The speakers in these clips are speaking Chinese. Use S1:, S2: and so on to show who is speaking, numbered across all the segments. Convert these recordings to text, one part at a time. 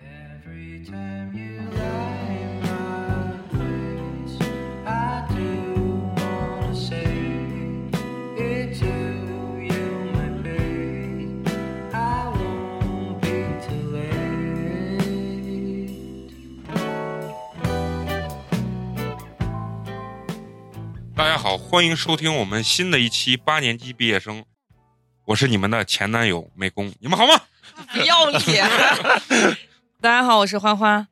S1: Every time you light my place, I do wanna say it to you, my baby. I won't be too late.
S2: 大家好，欢迎收听我们新的一期八年级毕业生，我是你们的前男友美工，你们好吗？
S3: 不要脸！
S4: 大家好，我是花花。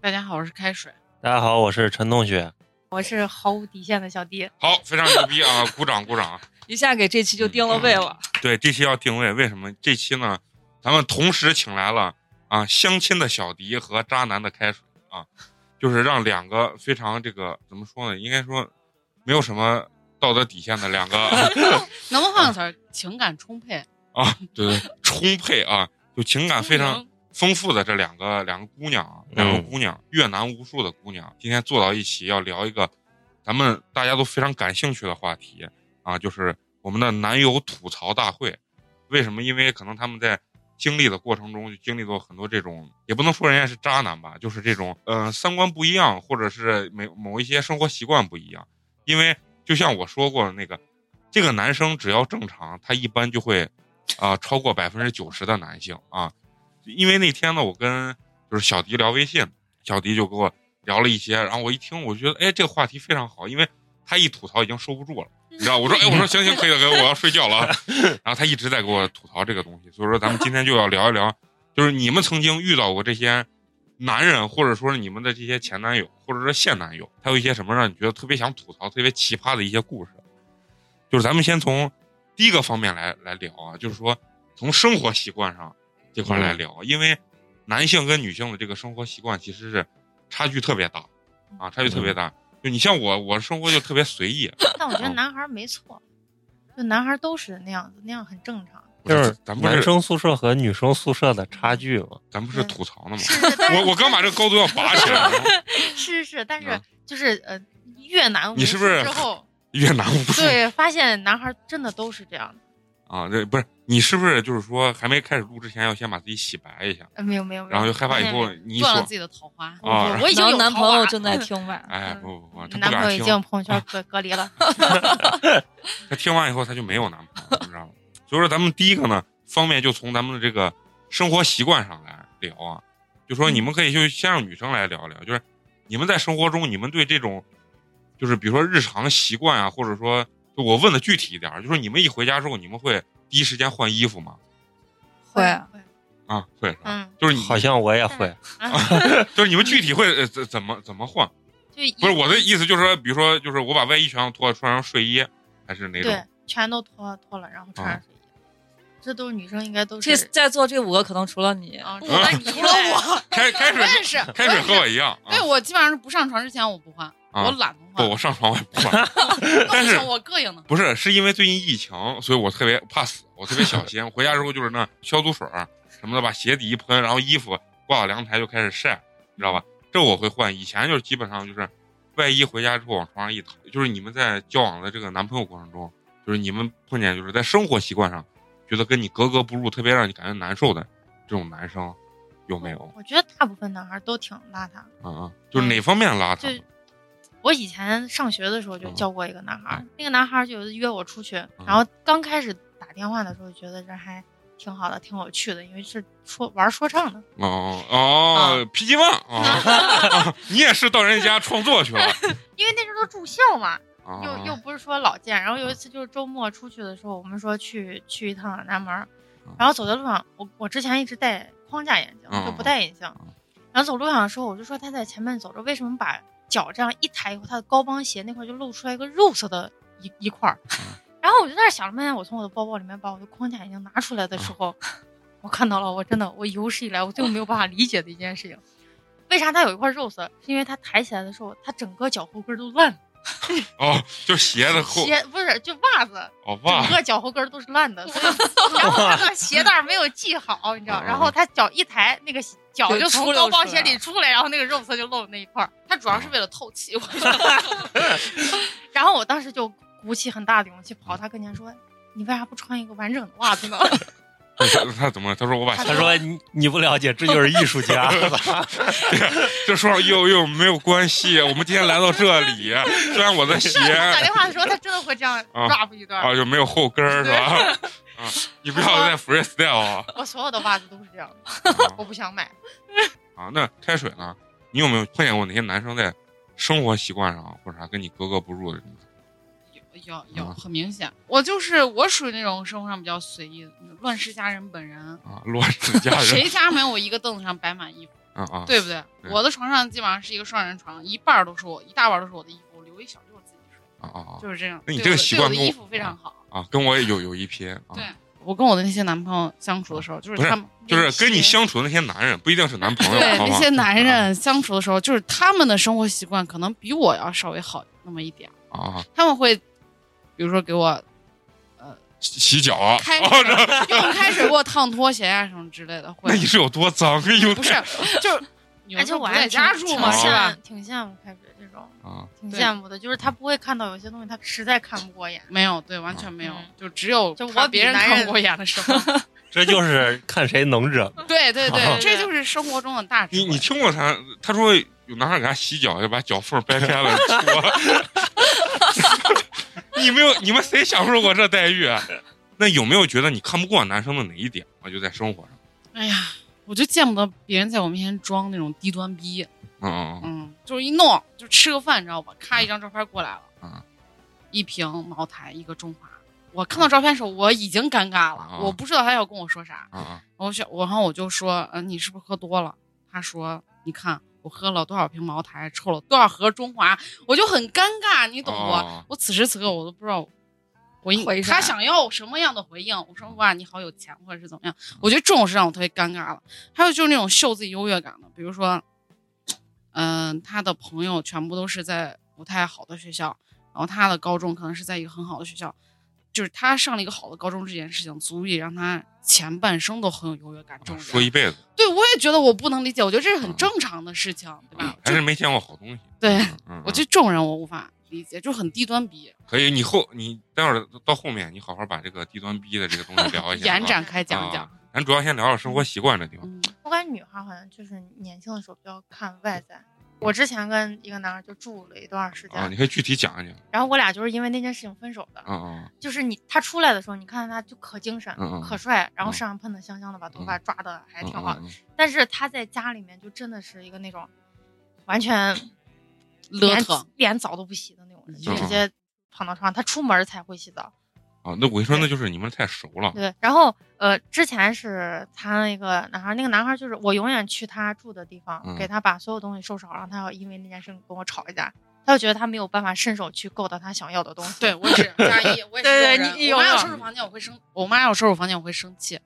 S3: 大家好，我是开水，
S5: 大家好，我是陈同学。
S3: 我是毫无底线的小弟。
S2: 好，非常牛逼啊！鼓掌鼓掌啊！
S4: 一下给这期就定了位了。
S2: 对，这期要定位，为什么？这期呢，咱们同时请来了啊，相亲的小迪和渣男的开水啊，就是让两个非常这个怎么说呢？应该说没有什么道德底线的两个
S3: 能不能换个词儿？情感充沛，
S2: 啊，对对，充沛啊，就情感非常丰富的这两个两个姑娘，啊，两个
S5: 嗯
S2: 姑娘，越南无数的姑娘，今天坐到一起要聊一个咱们大家都非常感兴趣的话题啊，就是我们的男友吐槽大会。为什么？因为可能他们在经历的过程中就经历过很多这种，也不能说人家是渣男吧，就是这种呃三观不一样，或者是某某一些生活习惯不一样。因为就像我说过的那个，这个男生只要正常，他一般就会啊、超过百分之九十的男性啊。因为那天呢，我跟就是小迪聊微信，小迪就给我聊了一些，然后我一听，我觉得哎，这个话题非常好，因为他一吐槽已经收不住了，你知道？我说哎，我说行行可以了，可以了，我要睡觉了啊。 然后他一直在给我吐槽这个东西，所以说咱们今天就要聊一聊，就是你们曾经遇到过这些男人，或者说是你们的这些前男友，或者说现男友，他有一些什么让你觉得特别想吐槽、特别奇葩的一些故事。就是咱们先从第一个方面来来聊啊，就是说从生活习惯上这块来聊，啊因为男性跟女性的这个生活习惯其实是差距特别大
S6: 嗯
S2: 啊，差距特别大。就你像我，我生活就特别随 意，
S6: 但我觉
S2: 哦
S6: 得男孩儿没错，就男孩儿都是那样子，那样很正常。
S2: 不
S5: 就是
S2: 咱不
S5: 男
S2: 是
S5: 生宿舍和女生宿舍的差距嘛。
S2: 咱不是吐槽呢吗？
S6: 嗯是是，但是
S2: 我我刚把这个高度要拔起来 了，
S6: 是是，但是
S2: 嗯
S6: 就是呃，越南
S2: 你是不是
S6: 之后，
S2: 越南无数
S6: 对，发现男孩儿真的都是这样的。
S2: 啊！这不是你是不是就是说还没开始录之前要先把自己洗白一下，
S6: 呃没有没有没有，
S2: 然后又害怕以
S6: 没有
S2: 后你一
S3: 断了
S2: 说
S3: 自己的桃花。
S6: 没有
S2: 啊
S6: 我我已经有
S4: 男
S6: 桃
S4: 朋友
S6: 花
S4: 正在听吧？
S2: 哎不不不，他不
S6: 男朋
S2: 敢
S6: 友已
S2: 听啊
S6: 经，朋友圈隔隔离了。
S2: 他听完以后他就没有男朋友，你知道吗？所以说咱们第一个呢方面就从咱们的这个生活习惯上来聊啊，就说你们可以就先让女生来聊聊，就是你们在生活中你们对这种就是比如说日常习惯啊，或者说就我问的具体一点儿，就是你们一回家之后你们会第一时间换衣服吗？
S4: 会
S6: 会，
S2: 啊，会是吧，
S6: 嗯，
S2: 就是你
S5: 好像我也会，
S2: 就是你们具体会呃怎怎么怎么换？
S6: 就一
S2: 不是我的意思，就是说，比如说，就是我把外衣全都脱了，穿上睡衣，还是哪
S6: 对
S2: 种？，
S6: 全都脱脱了，然后穿
S2: 啊
S6: 上睡衣，这都是女生应该都
S4: 这
S6: 是。
S4: 在座这五个可能除了你，
S2: 嗯
S6: 啊，
S3: 我
S6: 那你
S3: 除了我，
S2: 开开
S3: 哎我
S2: 水，
S3: 也是，
S2: 开水和我一样啊
S3: 对，！我基本上是不上床之前我不换，
S2: 啊
S3: 我懒得
S2: 不，
S3: 换。
S2: 我上床我也不换，但是
S3: 不行我膈应的。
S2: 不是是因为最近疫情，所以我特别怕死，我特别小心。回家之后就是那消毒水儿什么的，把鞋底一喷，然后衣服挂到阳台就开始晒，你知道吧？这我会换。以前就是基本上就是外衣回家之后往床上一躺。就是你们在交往的这个男朋友过程中，就是你们碰见就是在生活习惯上觉得跟你格格不入，特别让你感觉难受的这种男生，有没有？
S6: 我觉得大部分男孩儿都挺邋遢。
S2: 啊、嗯，就是哪方面邋遢
S6: 就？我以前上学的时候就教过一个男孩儿，那个男孩儿就约我出去，然后刚开始打电话的时候觉得这还挺好的，挺有趣的，因为是说玩说唱的，
S2: 哦哦，脾气旺啊！你也是到人家家创作去了
S6: 因为那时候都住校嘛，
S2: 啊？
S6: 又又不是说老见。然后有一次就是周末出去的时候，我们说去去一趟南门儿
S2: 嗯，
S6: 然后走在路上，我我之前一直戴框架眼镜
S2: 嗯，
S6: 就不戴眼镜
S2: 嗯，
S6: 然后走路上的时候，我就说他在前面走着，为什么把脚这样一抬以后，他的高帮鞋那块就露出来一个肉色的一一块儿。 然后我就在那儿想了半天，我从我的包包里面把我的框架眼镜拿出 来的时候，我看到了，我真的我有史以来我最没有办法理解的一件事情，为啥它有一块肉色？是因为它抬起来的时候，它整个脚后跟都烂了，
S2: 哦，就鞋子后
S6: 鞋不是就袜子，
S2: 哦
S6: 整
S2: 袜
S6: 个脚后跟都是 烂的，所以然后它的鞋带没有系好，你知道，
S2: 嗯
S6: 然后它脚一抬，那个脚
S4: 就
S6: 就从
S4: 出溜
S6: 高帮
S4: 出
S6: 鞋
S4: 来
S6: 里出来，然后那个肉色就露那一块儿。
S3: 它主要是为了透气，
S2: 啊
S3: 我觉得
S6: 然后我当时就鼓起很大的勇气跑他跟前说：“你为啥不穿一个完整的袜子呢？”
S2: 他他怎么了？他说我把
S5: 他
S2: 鞋，
S5: 说你你不了解，这就是艺术 家。
S2: 这说上又又没有关系。我们今天来到这里，虽然我的 鞋
S6: 他打电话的时候，他真的会这样
S2: 啊
S6: rap 一段。
S2: 啊就没有后跟儿是吧？啊，你不要再 freestyle 啊！
S6: 我所有的袜子都是这样的，我不想买。
S2: 啊，那开水呢？你有没有碰见过哪些男生在生活习惯上或者啥跟你格格不入的人？
S3: 有有哎有
S2: 嗯
S3: 很明显。我就是我属于那种生活上比较随意的，乱世佳人本人，
S2: 啊，乱世佳人
S3: 谁家没有我一个凳子上摆满衣服，
S2: 啊啊！
S3: 对不对？
S2: 对
S3: 我的床上基本上是一个双人床，一半儿都是我，一大半儿都是我的衣服，我留一小溜儿自己睡，
S2: 啊啊啊
S3: 就是这样。
S2: 那你
S3: 对
S2: 这个
S3: 我的
S2: 习
S3: 对我
S2: 惯
S3: 的
S2: 跟
S3: 衣
S2: 我
S3: 服非常好。
S2: 啊，跟我也有有一拼啊。
S3: 对我跟我的那些男朋友相处的时候，就是
S2: 不是
S3: 他们
S2: 就是跟你
S3: 那些
S2: 相处的那些男人，嗯不一定是男 朋友，
S3: 对
S2: 好啊吗
S3: 那些男人相处的时候，就是他们的生活习惯可能比我要稍微好那么一点儿，
S2: 啊，
S3: 他们会比如说给我
S2: 洗洗脚啊，
S3: 开
S2: 啊这
S3: 水， 用开水给我烫拖鞋啊什么之类的，会
S2: 那你是有多脏？哎呦，
S3: 不是 就是有的时候不在家住嘛
S2: 挺
S3: 是
S2: 羡
S3: 吧？
S6: 挺羡慕开水这种，
S2: 啊，
S6: 挺
S3: 对
S6: 羡慕的。就是他不会看到有些东西，他实在看不过眼。
S3: 没有，对，完全没有
S6: 嗯，
S3: 就只有
S6: 就我
S3: 怕
S6: 比
S3: 别人
S6: 男
S3: 看
S6: 人
S3: 不过眼的时 候，
S5: 这就是看谁能 忍。
S3: 对对对，
S6: 好
S3: 这就是生活中的大智
S2: 你你
S3: 慧。
S2: 听过他？他说有男孩给他洗脚，要把脚缝掰开 了搓。 你没有？你们谁享受过这待遇？啊那有没有觉得你看不过男生的哪一点啊？就在生活上，
S3: 哎呀，我就见不得别人在我面前装那种低端逼，
S2: 嗯嗯嗯，
S3: 嗯，就是一弄就吃个饭，你知道吧？咔，一张照片过来了，
S2: 嗯，
S3: 一瓶茅台，一个中华。我看到照片的时候，我已经尴尬了，
S2: 啊
S3: 我不知道他要跟我说啥。
S2: 啊啊
S3: 我想，我然后我就说，嗯、你是不是喝多了？他说，你看我喝了多少瓶茅台，抽了多少盒中华，我就很尴尬，你懂不？
S2: 哦
S3: 我此时此刻我都不知道回应
S4: 回啥
S3: 他想要什么样的回应。我
S2: 嗯
S3: 说哇，你好有钱，或者是怎么样？我觉得这种是让我特别尴尬了。还有就是那种秀自己优越感的，比如说，嗯、他的朋友全部都是在不太好的学校，然后他的高中可能是在一个很好的学校，就是他上了一个好的高中这件事情，足以让他前半生都很有优越感。这
S2: 啊
S3: 种
S2: 说
S3: 人
S2: 一辈子，
S3: 对我也觉得我不能理解，我觉得这是
S2: 啊嗯
S3: 很正常的事情，对吧？
S2: 还是没见过好东西。
S3: 嗯对
S2: 嗯，嗯
S3: 我
S2: 嗯
S3: 觉得这种人我无法理解，就很低端逼，
S2: 可以，你后你待会儿到后面，你好好把这个低端逼的这个东西聊一下，
S3: 延展开
S2: 啊
S3: 讲一讲。
S2: 啊咱主要先聊聊生活习惯这地方。
S3: 嗯
S6: 我感觉女孩好像就是年轻的时候比较看外在。我之前跟一个男孩就住了一段时间，
S2: 啊，你可以具体讲一讲。
S6: 然后我俩就是因为那件事情分手的。
S2: 啊啊
S6: 就是你他出来的时候，你看他就可精神、
S2: 嗯嗯
S6: 可帅，然后
S2: 嗯
S6: 身上喷的香香的，把头发抓的还挺好的。
S2: 嗯嗯
S6: 但是他在家里面就真的是一个那种完全
S3: 邋遢，
S6: 连脸澡都不洗的那种人，就
S2: 嗯
S6: 直接躺到床上。他出门才会洗澡，
S2: 嗯啊，那我跟你说，那就是你们太熟了。
S6: 对。然后呃，之前是谈了一个男孩，那个男孩就是我永远去他住的地方，
S2: 嗯
S6: 给他把所有东西收拾好，然后他要因为那件事跟我吵一架，他就觉得他没有办法伸手去够到他想要的东西。
S3: 对，我也是加一，我也是
S6: 对
S3: 这
S6: 对
S3: 种人
S6: 你你有
S3: 我妈
S6: 没有
S3: 要收拾房间，我会生；我妈要收拾房间，我会生气。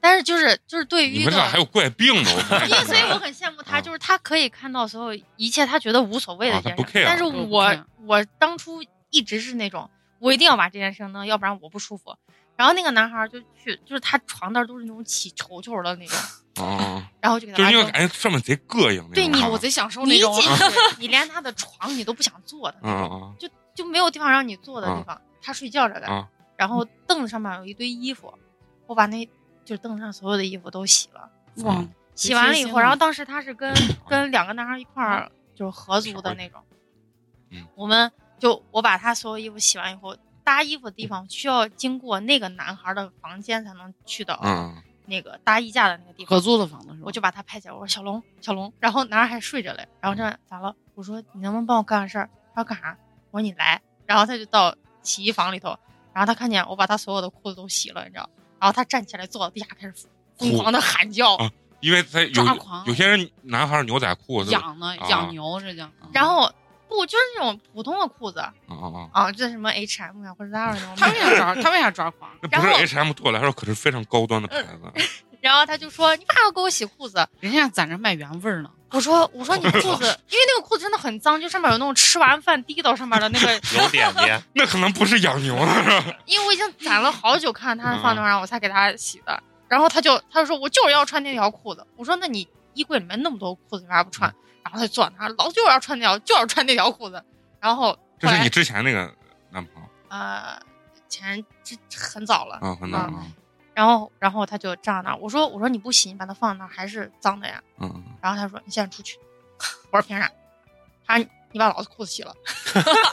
S6: 但是就是就是对于
S2: 你
S6: 一
S2: 们
S6: 个
S2: 俩还有怪病呢，我发
S6: 因为
S2: 现。
S6: 所以我很羡慕他，
S2: 啊
S6: 就是他可以看到所有一切他觉得无所谓的
S2: 啊
S6: 一
S2: 他
S6: 件事
S2: 不
S6: 情。
S2: care
S6: 但是
S3: 对不
S6: 我
S3: care
S6: 我当初一直是那种，我一定要把这件事情弄，要不然我不舒服。然后那个男孩就去，就是他床单都是那种起球球的那种，
S2: 啊，
S6: 然后就给
S2: 就是
S6: 他
S2: 因为
S6: 扔
S2: 感觉上面贼膈应那种。
S6: 对你
S2: 啊
S3: 我贼享受
S6: 你
S3: 那
S6: 一
S3: 种
S6: 进，去， 你连他的床你都不想坐的，
S2: 嗯 嗯
S6: 就就没有地方让你坐的地方。他睡觉着的，
S2: 啊
S6: 然后凳子上面有一堆衣服，我把那就是凳子上所有的衣服都洗了。
S2: 嗯
S3: 哇，
S6: 洗完了以
S3: 贴
S6: 后，
S3: 心啊
S6: 然后当时他是跟跟两个男孩一块儿
S3: 嗯
S6: 就是合租的那种，
S2: 嗯，
S6: 我们就我把他所有衣服洗完以后，搭衣服的地方需要经过那个男孩的房间才能去到
S2: 嗯
S6: 那个搭衣架的那个地
S3: 合
S6: 方，
S3: 租的房子是吧？
S6: 我就把他拍起来，我说小龙小龙，然后男孩还睡着嘞，然后这样咋了？我说你能不能帮我干个事儿？他说干啥？我说你来，然后他就到洗衣房里头，然后他看见我把他所有的裤子都洗了，你知道，然后他站起来坐到地下开始疯狂的喊叫。
S2: 啊因为他有
S3: 抓狂
S2: 有些人男孩牛仔裤是吧
S3: 养呢，
S2: 啊
S3: 养牛这叫。
S6: 然后不就是那种普通的裤子
S2: 啊啊啊，
S6: 啊，就是什么 H M 呀或者 Zara 那种
S3: 他
S6: 买
S3: 为啥抓？他为啥抓狂？
S2: 那
S6: 然
S2: 不是
S6: 后嗯
S2: H M 对我来说可是非常高端的牌子。
S6: 然后他就说你为啥要给我洗裤子？
S3: 人家在那卖原味儿呢，
S6: 我说我说你裤子，因为那个裤子真的很脏，就上面有那种吃完饭滴到上面的那个，
S7: 有点点，
S2: 那可能不是养牛的， 是吧？
S6: 因为我已经攒了好久看他
S2: 嗯
S6: 放那儿，然后我才给他洗的。然后他就他就说我就是要穿那条裤子。我说那你衣柜里面那么多裤子，为啥不
S2: 嗯
S6: 穿？然后他就坐那儿，老子就是要穿那条，就要穿那条裤子。然后
S2: 这
S6: 后
S2: 是
S6: 来
S2: 你之前那个男朋友
S6: 呃，前这很早了，
S2: 啊，很早啊，
S6: 然后然后他就站在那儿，我说我说你不洗，你把它放那儿还是脏的呀。
S2: 嗯嗯，
S6: 然后他说你现在出去， 我说凭啥？他说你把老子裤子洗了。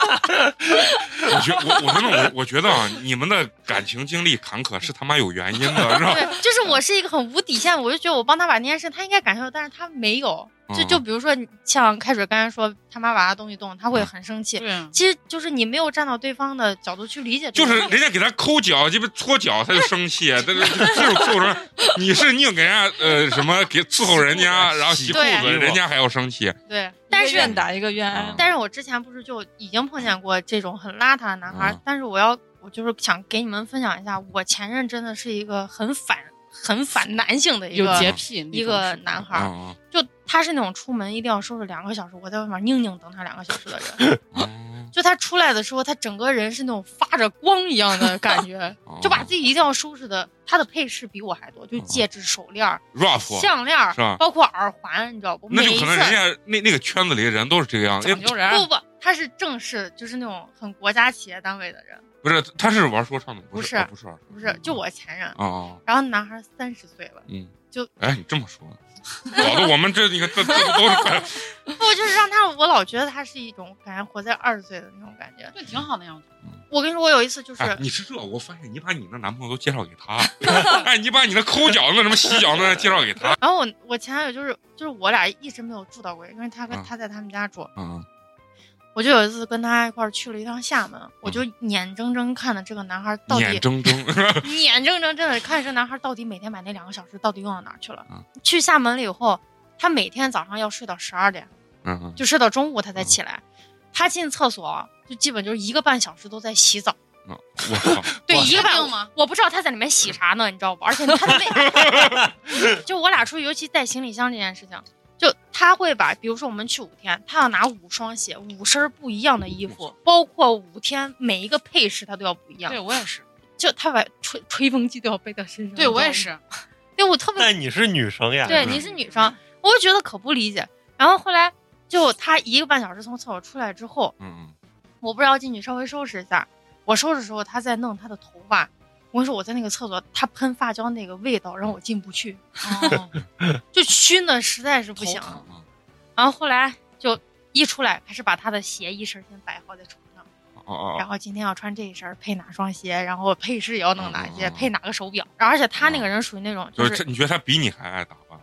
S2: 我觉我我真的我我觉得啊，你们的感情经历坎坷是他妈有原因的，是吧？
S6: 对，就是我是一个很无底线，我就觉得我帮他把那件事，他应该感受到，但是他没有。就
S2: 嗯
S6: 就比如说你像开水刚才说他妈把他东西动了，
S2: 嗯
S6: 他会很生气。
S3: 对啊，
S6: 其实就是你没有站到对方的角度去理解这
S2: 就
S6: 个
S2: 是
S6: 问题，
S2: 人家给他抠脚，这边搓脚，他就生气，这个就是做成你是宁给人家呃什么给伺候人家，然后洗裤子，
S6: 对
S2: 人家还要生气，
S6: 对，
S4: 一
S6: 但
S4: 个
S6: 是
S4: 愿打一个愿挨
S2: 嗯。
S6: 但是我之前不是就已经碰见过这种很邋遢的男孩儿，
S2: 嗯
S6: 但是我要我就是想给你们分享一下，我前任真的是一个很反很反男性的一
S3: 有
S6: 个
S3: 洁癖
S6: 一个男孩儿，
S2: 嗯
S6: 就他是那种出门一定要收拾两个小时，我在外面宁宁等他两个小时的人。
S2: 嗯
S6: 就他出来的时候，他整个人是那种发着光一 样的感觉
S2: 哦，
S6: 就把自己一定要收拾的。他的配饰比我还多，就戒指、手链儿、
S2: ，rough，
S6: 项链儿
S2: 是吧，
S6: 包括耳环，你知道不？
S2: 那
S6: 每
S2: 就
S6: 一
S2: 可
S6: 次
S2: 能人家那那个圈子里的人都是这个样，哎因
S3: 讲
S2: 为
S3: 究人，
S6: 不不不，他是正式，就是那种很国家企业单位的人，
S2: 不是他是玩说唱的，不
S6: 不是
S2: 哦不是
S6: 不是就我前任。
S2: 啊啊，
S6: 然后男孩三十岁了，
S2: 嗯，
S6: 就
S2: 哎你这么 说，搞得我们这你看这这这都是快
S6: 不就是让他，我老觉得他是一种感觉活在二十岁的那种感觉。
S3: 对，挺好的呀，我觉得
S6: 我跟你说，我有一次就是，
S2: 哎，你是这，我发现你把你的男朋友都介绍给 他，哎，你把你的抠脚那什么洗脚那介绍给他，
S6: 然后我我前男友就是就是我俩一直没有住到过，因为他跟、
S2: 嗯
S6: 他在他们家住，
S2: 嗯
S6: 我就有一次跟他一块儿去了一趟厦门，我就眼睁睁看着这个男孩到底
S2: 嗯眼睁睁，
S6: 眼睁睁真的看着这男孩到底每天把那两个小时到底用到哪儿去了。
S2: 嗯
S6: 去厦门了以后，他每天早上要睡到十二点，
S2: 嗯
S6: 就睡到中午他才起来。他进厕所就基本就是一个半小时都在洗澡，
S2: 嗯，我操，
S6: 对，
S3: 哇
S6: 一个半
S3: 有病吗？
S6: 我不知道他在里面洗啥呢，你知道不？而且他那 就我俩出去，尤其带行李箱这件事情，就他会把，比如说我们去五天，他要拿五双鞋，五身儿不一样的衣服，包括五天每一个配饰他都要不一样
S3: 对，我也是，
S6: 就他把吹吹风机都要背到身上。
S3: 对我也
S6: 你知道吗，
S3: 是，
S6: 对我特别
S7: 但你是女生呀，
S6: 对，你是女生，我就觉得可不理解。然后后来就他一个半小时从厕所出来之后，
S2: 嗯
S6: 我不知道进去稍微收拾一下。我收拾的时候，他在弄他的头发。我跟你说，我在那个厕所，他喷发胶那个味道让我进不去，
S3: 哦，
S6: 就熏的实在 是不行啊
S3: 头。疼
S2: 嗯
S6: 然后后来就一出来，开始把他的鞋一身先摆好在床上，
S2: 哦哦
S6: 然
S2: 哦，
S6: 后今天要穿这一身，配哪双鞋，然后配饰也要弄哪些，
S2: 嗯
S3: 哦
S2: 嗯嗯
S6: 配哪个手表。然后而且他那个人属于那种，
S2: 就
S6: 就是
S2: 这
S6: 是
S2: 你觉得他比你还爱打扮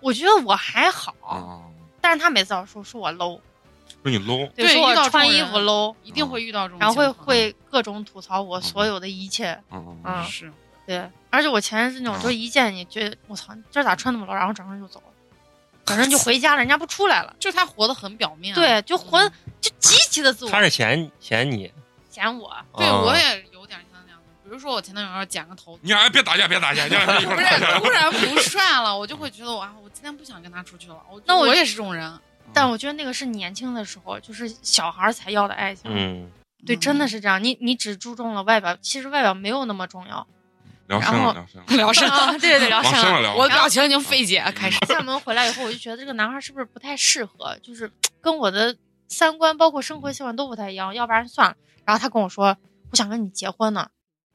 S6: 我觉得我还好，
S3: 哦
S2: 啊？
S6: 但是他每次要说说我 low，
S2: 嗯说你 low，
S3: 对
S6: 说
S3: 遇到
S6: 我
S3: 这
S6: 穿
S3: 种
S6: 衣
S3: 人
S6: 服 low，
S3: 一定会遇到这种
S6: 然后
S3: 情
S6: 会
S3: 况，哦
S6: 会各种吐槽我所有的一切，
S2: 嗯
S6: 嗯，
S3: 是，
S6: 对。而且我前任是那种，
S7: 啊
S6: 就是一见你觉得我操，你这咋穿那么 low，然后转身就走了，转身就回家了，人家不出来了，
S3: 就他活得很表面，
S6: 对，就活
S3: 嗯
S6: 就极其的自我
S7: 他，是嫌嫌你，
S6: 嫌我，
S3: 对
S7: 啊
S3: 我也有点像那样的，比如说我前男友要剪个头，
S2: 哦你俩别打架，别打架， 你俩别一块
S3: 不
S2: 儿
S3: 是
S2: 打架。
S3: 突然不帅了，我就会觉得我啊，我今天不想跟他出去了。我
S6: 那我
S3: 我也是这种人，
S6: 但我觉得那个是年轻的时候，就是小孩儿才要的爱情，
S7: 嗯，
S6: 对，真的是这样。你你只注重了外表，其实外表没有那么重要。
S2: 聊深
S6: 然
S2: 了，
S6: 后
S2: 聊深了，
S3: 聊深
S6: 啊，对对，聊
S2: 往深
S6: 深
S2: 了
S6: 了。
S2: 聊。啊
S3: 我表情已经费解，开始
S6: 厦门回来以后，我就觉得这个男孩是不是不太适合，就是跟我的三观包括生活习惯都不太一样，要不然算了。然后他跟我说，我想跟你结婚呢。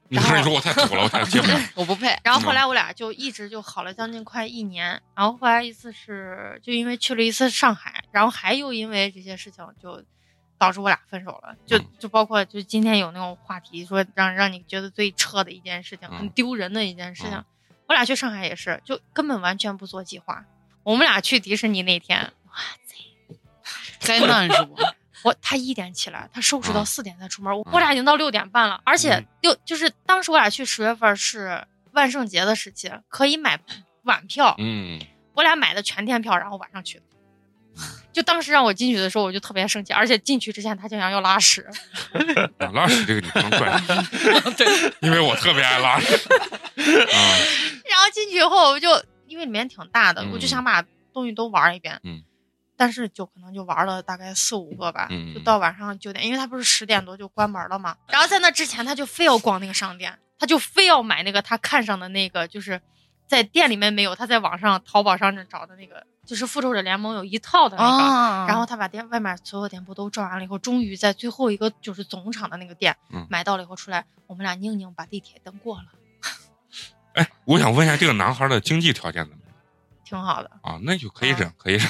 S2: 你说你说我太土了，我太接不了。
S3: 我不配。
S6: 然后
S2: 嗯
S6: 后来我俩就一直就好了将近快一年，然后后来一次是就因为去了一次上海，然后还又因为这些事情就导致我俩分手了，就
S2: 嗯
S6: 就包括就今天有那种话题说让让你觉得最扯的一件事情，
S2: 嗯
S6: 很丢人的一件事情
S2: 嗯，
S6: 我俩去上海也是，就根本完全不做计划。我们俩去迪士尼那天，
S3: 灾难是不？
S6: 我他一点起来，他收拾
S2: 啊
S6: 到四点才出门，我我俩已经到六点半了，而且
S2: 嗯
S6: 六就是当时我俩去十月份是万圣节的时期，可以买晚票，
S2: 嗯，
S6: 我俩买的全天票，然后晚上去的。就当时让我进去的时候，我就特别生气，而且进去之前他竟然要拉 屎，
S2: 啊拉 屎这个你不能怪，
S3: 对，
S2: 因为我特别爱拉屎。啊，
S6: 然后后进去以后，我就因为里面挺大的，
S2: 嗯
S6: 我就想把东西都玩一遍。
S2: 嗯。
S6: 但是就可能就玩了大概四五个吧，
S2: 嗯
S6: 就到晚上九点，因为他不是十点多就关门了嘛。然后在那之前，他就非要逛那个商店，他就非要买那个他看上的那个，就是在店里面没有，他在网上淘宝上找的那个，就是复仇者联盟有一套的
S2: 哦
S6: 那个。
S3: 啊
S2: 嗯
S6: 然后他把店外面所有店铺都转完了以后，终于在最后一个就是总场的那个店、
S2: 嗯
S6: 买到了以后出来，我们俩宁宁把地铁蹬过了，
S2: 哎，我想问一下，这个男孩的经济条件怎么样
S6: 挺好的。
S2: 啊？那就可以忍，可以忍。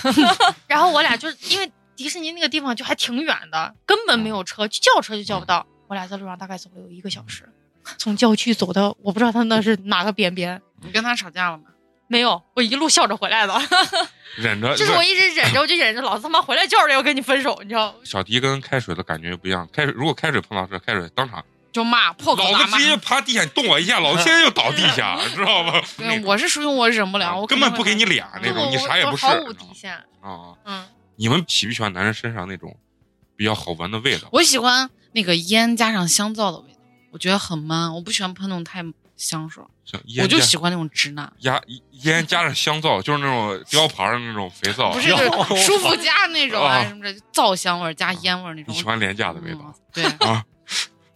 S6: 然后我俩就是因为迪士尼那个地方就还挺远的，根本没有车，就叫车就
S2: 嗯
S6: 叫不到。我俩在路上大概走了有一个小时，从郊区走到我不知道他那是哪个边边，
S3: 你跟他吵架了吗？
S6: 没有，我一路笑着回来的。
S2: 呃忍 着。
S6: 就是我一直忍着，我就忍着，老子他妈回来叫着要跟你分手，你知道吗？
S2: 小迪跟开水的感觉不一样，开水如果开水碰到这，开水当场，
S3: 就骂，破口
S2: 老
S3: 大
S2: 子
S3: 骂
S2: 直。接趴地下，你动我一下，老子现在就倒地 下，知道吗？那
S3: 对，
S2: 种
S3: 我是属于我忍不了，我
S2: 啊根本
S3: 肯定会
S2: 不给你脸那
S6: 就
S2: 种，
S6: 我
S2: 你啥也
S6: 我
S2: 不是
S6: 毫无底线。
S2: 啊。
S6: 嗯，
S2: 你们喜不喜欢男人身上那种比较好闻的味道？
S3: 我喜欢那个烟加上香皂的味道，我觉得很 man，我不喜欢喷那种太香水儿，
S2: 像
S3: 我
S2: 烟
S3: 就
S2: 加
S3: 喜欢那种直男，
S2: 压烟加上香皂，就是那种 雕牌的那种肥皂。
S3: 不是就是舒肤佳那种啊
S2: 啊
S3: 什么的，皂香味儿加烟味儿那
S2: 你
S3: 种。
S2: 喜欢廉价的味道
S3: 嗯？对
S2: 啊，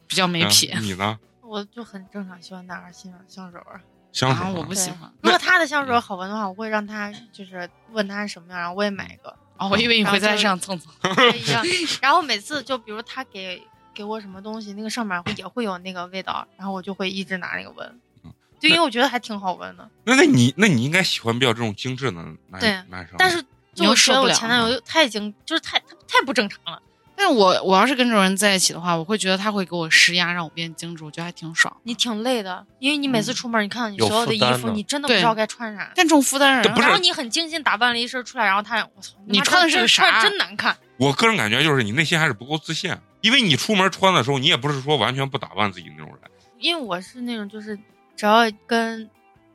S3: 比较没
S2: 嗯
S3: 品。
S2: 你呢？
S6: 我就很正常，喜欢男孩欣赏香水儿。
S2: 香水
S3: 啊，
S2: 吗
S3: 我不喜欢。
S6: 如果他的香水儿好闻的话，我会让他就是问他是什么样，然后我也买一个。
S3: 哦，我以为你会在
S6: 然后就
S3: 这样蹭蹭。
S6: 不一样。然后每次就比如他给给我什么东西，那个上面会也会有那个味道，然后我就会一直拿那个闻
S2: 嗯。
S6: 对，因为我觉得还挺好闻的。
S2: 那那你那你应该喜欢比较这种精致的男
S6: 对
S2: 男生，
S6: 但是
S3: 你
S6: 就
S3: 又
S6: 我
S3: 受
S6: 觉
S3: 不
S6: 得
S3: 了
S6: 我前男友太精，就是太他太不正常了。
S3: 但我我要是跟这种人在一起的话，我会觉得他会给我施压，让我变精致，我觉得还挺爽。
S6: 你挺累的，因为你每次出门，你看到你
S7: 有
S6: 所有的
S7: 负担
S6: 衣服，
S7: 的
S6: 你真的不知道该穿啥。
S3: 但这种负担
S2: 这
S3: 人
S2: 不是
S6: 然后你很精心打扮了一身出来，然后他，我操，
S3: 你
S6: 妈
S3: 穿的是
S6: 这
S3: 个啥
S6: 穿真难看。
S2: 我个人感觉就是你内心还是不够自信，因为你出门穿的时候，你也不是说完全不打扮自己那种人。
S6: 因为我是那种就是只要跟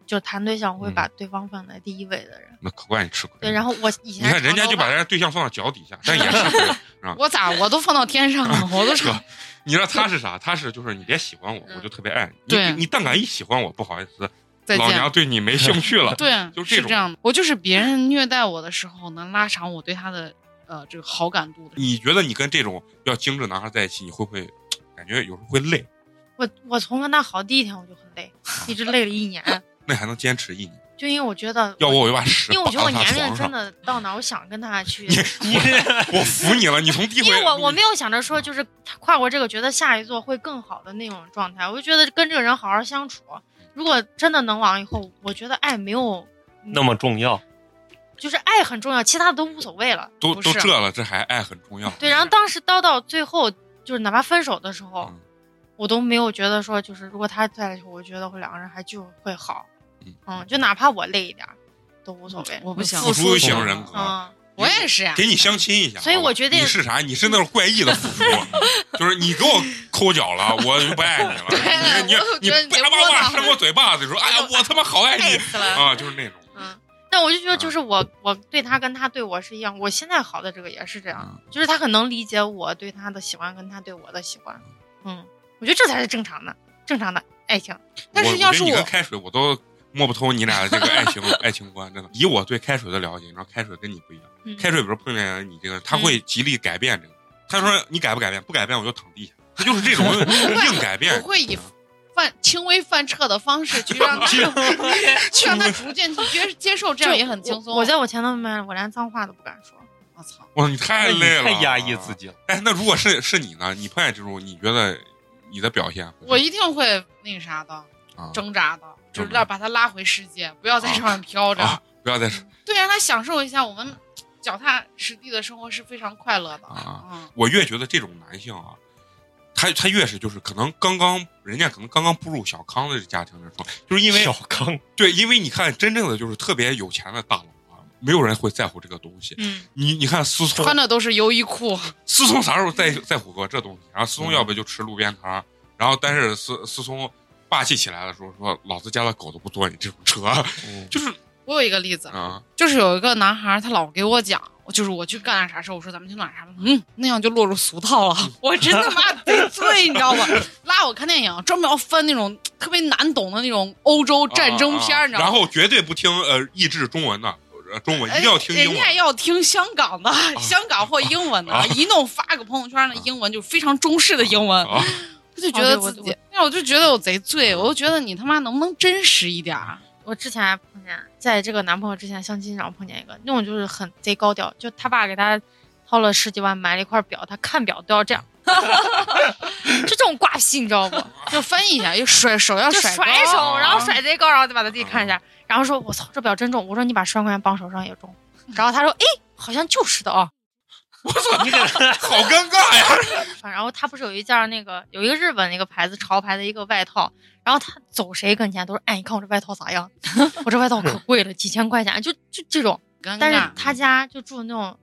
S6: 就谈对象，我会
S2: 嗯
S6: 把对方放在第一位的人。
S2: 那可怪你吃亏。
S6: 对，然后我
S2: 你
S6: 以前
S2: 看人家
S6: 长头
S2: 就把
S6: 发
S2: 人家对象放到脚底下，但也是吃亏。
S3: 我咋我都放到天上了，我 都成。
S2: 你知道他是啥？他是就是你别喜欢我，
S6: 嗯
S2: 我就特别爱你。
S3: 对
S2: 你你但敢一喜欢我，不好意思，
S3: 再
S2: 老
S3: 见。
S2: 娘对你没兴趣 了。
S3: 对，
S2: 就是这种
S3: 样的。我就是别人虐待我的时候，能拉长我对他的呃这个好感度的。
S2: 你觉得你跟这种要精致男孩在一起，你会不会感觉有时候会累？
S6: 我我从跟他好第一天我就很累，一直累了一年，
S2: 那还能坚持一年？
S6: 就因为我觉得，
S2: 要我我就把屎
S6: 因为我觉得我
S2: 扒到他
S6: 年龄
S2: 床
S6: 真
S2: 上。
S6: 的到哪儿，我想跟他去，
S2: 你你
S7: 嗯
S2: 我服你了，你从第一回
S6: 因为我我没有想着说就是他跨过这个，觉得下一座会更好的那种状态，我就觉得跟这个人好好相处，如果真的能往以后，我觉得爱没有，
S7: 那么重要，
S6: 就是爱很重要，其他的都无所谓了。
S2: 都
S3: 不
S2: 都
S3: 是
S2: 这了，这还爱很重要。
S6: 对，然后当时叨到最后，就是哪怕分手的时候
S2: 嗯，
S6: 我都没有觉得说就是如果他在的时候，我觉得我两个人还就会好，
S2: 嗯
S6: 嗯，就哪怕我累一点儿都无所谓，
S3: 嗯我不想
S2: 付出型
S3: 啊
S2: 人格，
S6: 嗯。
S3: 我也是呀。
S2: 给你相亲一下。
S6: 所以
S2: 好吧
S6: 我决定
S2: 你是啥？你是那种怪异的付 出，就是你给我抠脚了，我就不爱你了。你
S3: 对我
S2: 你
S3: 觉得
S2: 你
S3: 你
S2: 叭叭
S3: 窝
S2: 叭
S3: 囊
S2: 扇我嘴巴子，说哎呀，我他妈好爱
S6: 累
S2: 你
S6: 死了。
S2: 啊，就是那种。
S6: 嗯，但我就觉得，就是我我对他跟他对我是一样，我现在好的这个也是这样，就是他很能理解我对他的喜欢跟他对我的喜欢。嗯，我觉得这才是正常的，正常的爱情。
S3: 但是
S2: 我
S3: 要是
S2: 我觉得你
S3: 我
S2: 跟开水，我都摸不透你俩这个爱情 爱情观，真的。以我对开水的了解，你知道开水跟你不一样，
S6: 嗯
S2: 开水比如碰见你这个，
S3: 嗯
S2: 他会极力改变这个。他说你改不改变？不改变我就躺地下。他就是 这种硬改变。
S3: 我会以犯轻微犯彻的方式去让他，
S2: 轻
S3: 去让他逐渐去接接受，这样也很轻松。
S6: 我我在我前男友面前，我连脏话都不敢说。
S3: 我操，
S2: 哇，你太累了，
S7: 太压抑自。己了。
S2: 哎，那如果是是你呢？你碰见这种，你觉得你的表现会
S3: 我一定会那个啥的，
S2: 啊
S3: 挣扎的，就是要把他拉回世界，不要在上面飘着。
S2: 啊，不要再说。
S3: 对，让他享受一下我们脚踏实地的生活是非常快乐的。
S2: 啊
S3: 嗯，
S2: 我越觉得这种男性啊，他他越是就是可能刚刚人家可能刚刚步入小康的家庭的时候，就是因为
S7: 小康，
S2: 对，因为你看，真正的就是特别有钱的大佬啊，没有人会在乎这个东西。
S6: 嗯，
S2: 你你看思聪
S3: 穿，的都是优衣库，
S2: 思聪啥时候在在乎过这东西？然后思聪要不就吃路边摊儿，然后但是思思聪霸气起来的时候说：“老子家的狗都不坐你这种车。”啊
S7: 嗯
S2: 就是
S3: 我有一个例子，
S2: 啊，
S3: 就是有一个男孩儿，他老给我讲，我就是我去干点啥事儿，我说咱们去哪儿啥，嗯，那样就落入俗套
S2: 嗯
S3: 了。 我真他妈得罪，你 知道吗？拉我看电影，专门要翻那种特别难懂的那种欧洲战争片，
S2: 啊啊
S3: 你知道吗？
S2: 然后绝对不听呃译制中文的，呃中文一
S3: 哎
S2: 定要听英
S3: 人
S2: 文
S3: 家要听香港的、香港或英文的，
S2: 啊
S3: 一弄发个朋友圈的英文就是非常中式的英文，
S2: 啊！
S3: 他就觉得
S6: 哦对我
S3: 自己，那、我就觉得我贼醉，我就觉得你他妈能不能真实一点儿？
S6: 我之前还碰见，在这个男朋友之前相亲上碰见一个，那种就是很贼高调，就他爸给他掏了十几万买了一块表，他看表都要这样， 就这种挂戏，你知道不？
S3: 就翻译一下，就甩手要
S6: 就
S3: 甩
S6: 甩
S3: 高
S6: 手，然后甩贼高，然后再把他自己看一下，然后说：“我操，这表真重。”我说：“你把十万块钱绑手上也重。”然后他说：“哎，好像就是的啊。
S2: 我操，你这好尴尬呀！”
S6: 然后他不是有一件那个有一个日本那个牌子潮牌的一个外套，然后他走谁跟前都是：“哎，你看我这外套咋样？ 我这外套可贵了，几千块钱。就”就这种。
S3: 尴
S6: 但是
S2: 嗯
S3: 尬。
S6: 他家就住那种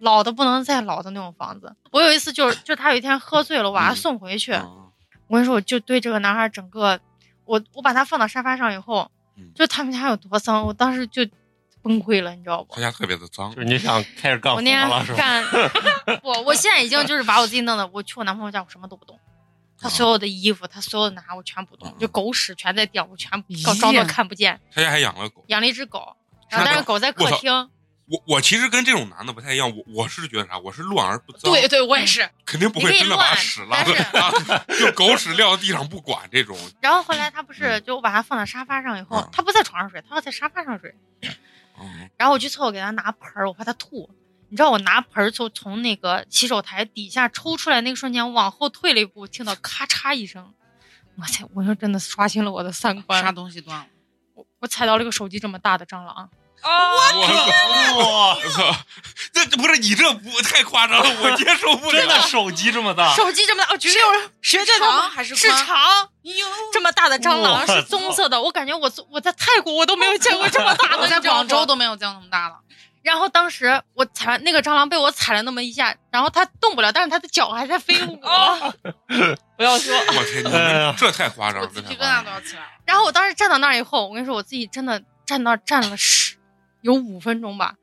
S6: 老的不能再老的那种房子。我有一次就是，就他有一天喝醉了，我
S2: 嗯
S6: 把他送回去。
S2: 哦
S6: 我跟你说，我就对这个男孩整个，我我把他放到沙发上以后
S2: 嗯，
S6: 就他们家有多脏，我当时就崩溃了，你知道不
S2: 他？家特别的脏
S7: 就是，你想开始干活
S6: 我那天
S7: 了是吧？
S6: 干， 不，我现在已经就是把我自己弄的，我去我男朋友家，我什么都不动。他
S2: 啊
S6: 所有的衣服，他所有的拿我全不动
S2: 嗯，
S6: 就狗屎全在地上，我全不
S3: 咦
S6: 搞装作看不见。
S2: 他家还养了狗。
S6: 养了一只狗，然后
S2: 那
S6: 但是
S2: 狗
S6: 狗在
S2: 我
S6: 客
S2: 操
S6: 厅，
S2: 我我其实跟这种男的不太一样，我我是觉得啥，我是乱而不脏，
S3: 对对，我也是，
S2: 肯定不会
S6: 你可以
S2: 真的把
S6: 乱
S2: 屎拉
S6: 但是
S2: 啊，就狗屎撂地上不管这种。
S6: 然后后来他不
S3: 嗯
S6: 是就我把他放到沙发上以后
S3: 啊
S2: 嗯，
S6: 他不在床上睡，他要在沙发上睡。
S2: 嗯
S6: 然后我去厕所给他拿盆儿，我怕他吐。你知道我拿盆儿就从那个洗手台底下抽出来那个瞬间，我往后退了一步，听到咔嚓一声，哇塞！我说真的刷新了我的三
S3: 啊啥
S6: 观。
S3: 东西断了？
S6: 我我踩到了一个手机这么大的蟑螂，
S4: 哦，
S2: 我
S7: 哎
S2: 操！我操！这这不是你这不太夸张了，我接受不
S7: 真的
S2: 了。
S7: 手机这么大，
S6: 手机这么大，我绝对有人
S3: 是
S6: 这
S3: 长啊还是
S6: 是
S3: 宽？
S6: 长
S3: 哟，
S6: 这么大的蟑
S7: 我
S6: 螂
S7: 操
S6: 是棕色的，我感觉我我在泰国我都没有见过这么大的，
S3: 我在
S6: 你知道
S3: 广州
S6: 吗
S3: 都没有见过那么大了。
S6: 然后当时我踩完那个蟑螂被我踩了那么一下，然后它动不了，但是它的脚还在飞舞。
S4: 不要说，
S2: 我天，你
S7: 哎呀
S2: 们这太夸张
S3: 我
S2: 了，
S3: 鸡
S2: 这太
S3: 皮疙
S2: 夸张
S3: 瘩都
S2: 了。
S3: 要起来了。
S6: 然后我当时站到那儿以后，我跟你说，我自己真的站那儿站了十有五分钟吧，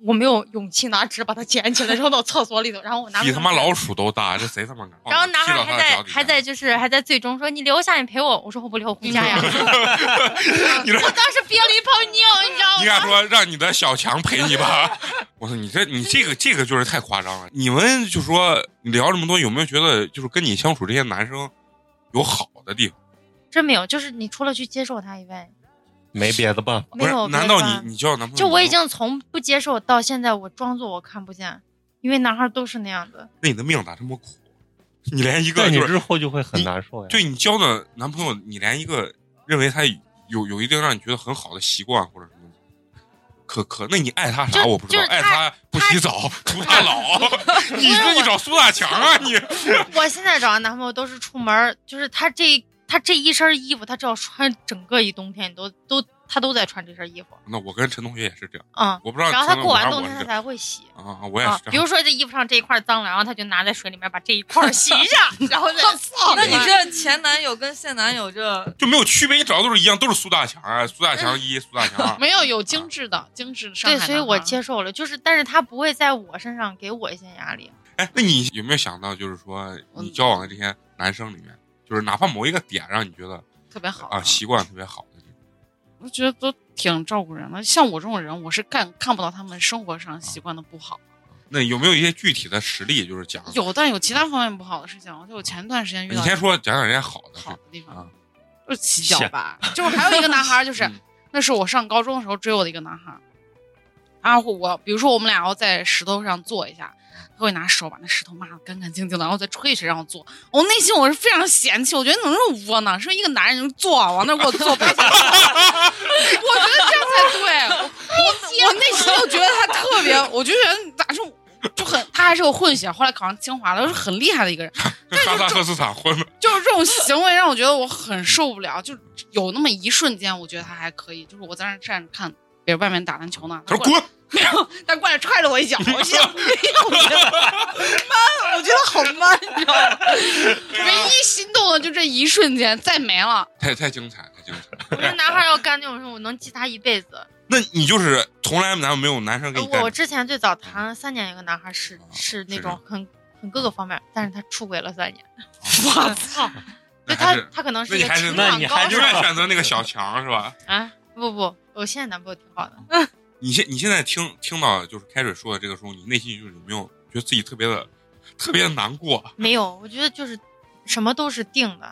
S6: 我没有勇气拿纸把它捡起来扔到厕所里头。然后我拿
S2: 比他妈老鼠都大，这谁他妈敢？
S6: 然后男
S2: 踢
S6: 孩
S2: 到他的脚
S6: 还在
S2: 底下
S6: 还在就是还在最终说你留下你陪我，我说我不留我回家呀。
S2: 你这
S6: 我当时憋了一泡尿，你知道
S2: 你
S6: 吗？
S2: 敢 说让你的小强陪你吧？我说你这你这个这个就是太夸张了。你们就说聊这么多，有没有觉得就是跟你相处这些男生有好的地方？
S6: 真没有，就是你除了去接受他以外，
S7: 没别的办法。
S6: 没
S2: 不
S6: 有
S2: 是？
S6: 别的
S2: 难道
S6: 办法
S2: 你你交男朋友？
S6: 就我已，经从不接受到现在，我装作我看不见，因为男孩都是那样的。
S2: 那你的命咋这么苦？你连 一个
S7: 对你
S2: 就是
S7: 之后就会很难受呀。
S2: 对你交的男朋友，你连一个认为他有有一定让你觉得很好的习惯或者什么，可可那你爱他啥
S6: 就
S2: 我不知道，
S6: 就是他
S2: 爱他不洗澡不怕 老， 你这你找苏大强啊你？
S6: 我现在找的男朋友都是出门儿，就是他这他这一身衣服，他只要穿整个一冬天，你都都他都在穿这身衣服，
S2: 那我跟陈同学也是这样，
S6: 嗯。
S2: 我不知道
S6: 然后他
S2: 陈
S6: 过完
S2: 我
S6: 冬
S2: 还
S6: 天
S2: 是
S6: 他才会洗
S2: 啊，啊我也
S6: 啊
S2: 是，这
S6: 比
S2: 样。
S6: 如说这衣服上这一块脏了，然后他就拿在水里面把这一块儿洗一下，然 后再
S4: 操那你这前男友跟现男友这
S2: 就没有区别，你找的都是一样，都是苏大强啊，苏大强一，苏大强二。
S3: 没有有精致的，精致的上海
S6: 对，
S3: 男孩。
S6: 所以我接受了，就是但是他不会在我身上给我一些压力。
S2: 哎，那你有没有想到，就是说你交往的这些男生里面，就是哪怕某一个点让你觉得
S3: 特别好
S2: 啊习惯特别好的这种，
S3: 我觉得都挺照顾人的。像我这种人，我是看看不到他们生活上习惯的不好，
S2: 那有没有一些具体的实例，就是讲？
S3: 有但有其他方面不好的事情。就我前段时间
S2: 啊
S3: 遇
S2: 你
S3: 到
S2: 先说讲讲人家好的，
S3: 好的地
S2: 啊
S3: 方，就是洗脚吧，就是还有一个男孩儿， 就是
S2: 嗯
S3: 那是我上高中的时候追我的一个男孩儿，然后我比如说我们俩要在石头上坐一下。他会拿手把那石头抹得干干净净的，然后再吹去让我坐。我内心我是非常嫌弃，我觉得你怎么这么窝囊？说一个男人就坐啊往那儿给我坐，拍下来 我觉得这样才对。我我内心就觉得他特别，我就觉得咋说，就很他还是个混血，后来考上清华了，是很厉害的一个人。
S2: 跟哈萨克斯坦混的，
S6: 啊
S3: 就是这种行为让我觉得我很受不了，就有那么一瞬间，我觉得他还可以，就是我在那儿站着看，别人外面打篮球呢，
S2: 他
S3: 他
S2: 说
S3: 过来，
S2: 滚，
S3: 没有，他过来踹了我 一脚，我心想，我觉得妈，我觉得好 man，你知
S2: 啊
S3: 道吗？唯一心动的就这一瞬间，再没了。
S2: 太太精彩，太精彩了。
S6: 我觉得男孩要干这种事，我能记他一辈子。
S2: 那你就是从来男没有男生给你干
S6: 呃我我之前最
S2: 嗯
S6: 早谈了三年一个男孩是，
S2: 哦
S6: 是那种很很
S2: 嗯
S6: 各个方面，但是他出轨了三年。我操！
S2: 啊那
S6: 对
S2: 还
S6: 他
S2: 是，
S6: 他可能
S2: 那
S6: 是
S2: 你
S6: 一个
S2: 还是
S6: 情
S7: 那
S6: 场
S7: 你
S6: 高
S7: 还
S2: 你
S7: 是
S6: 手
S2: 永远选择那个小强是吧？
S6: 啊！不不，我现在男朋友挺好的，
S2: 你现你现在听听到就是开水说的这个时候，你内心就是有没有觉得自己特别的特别的难过？啊
S6: 没有，我觉得就是什么都是定 的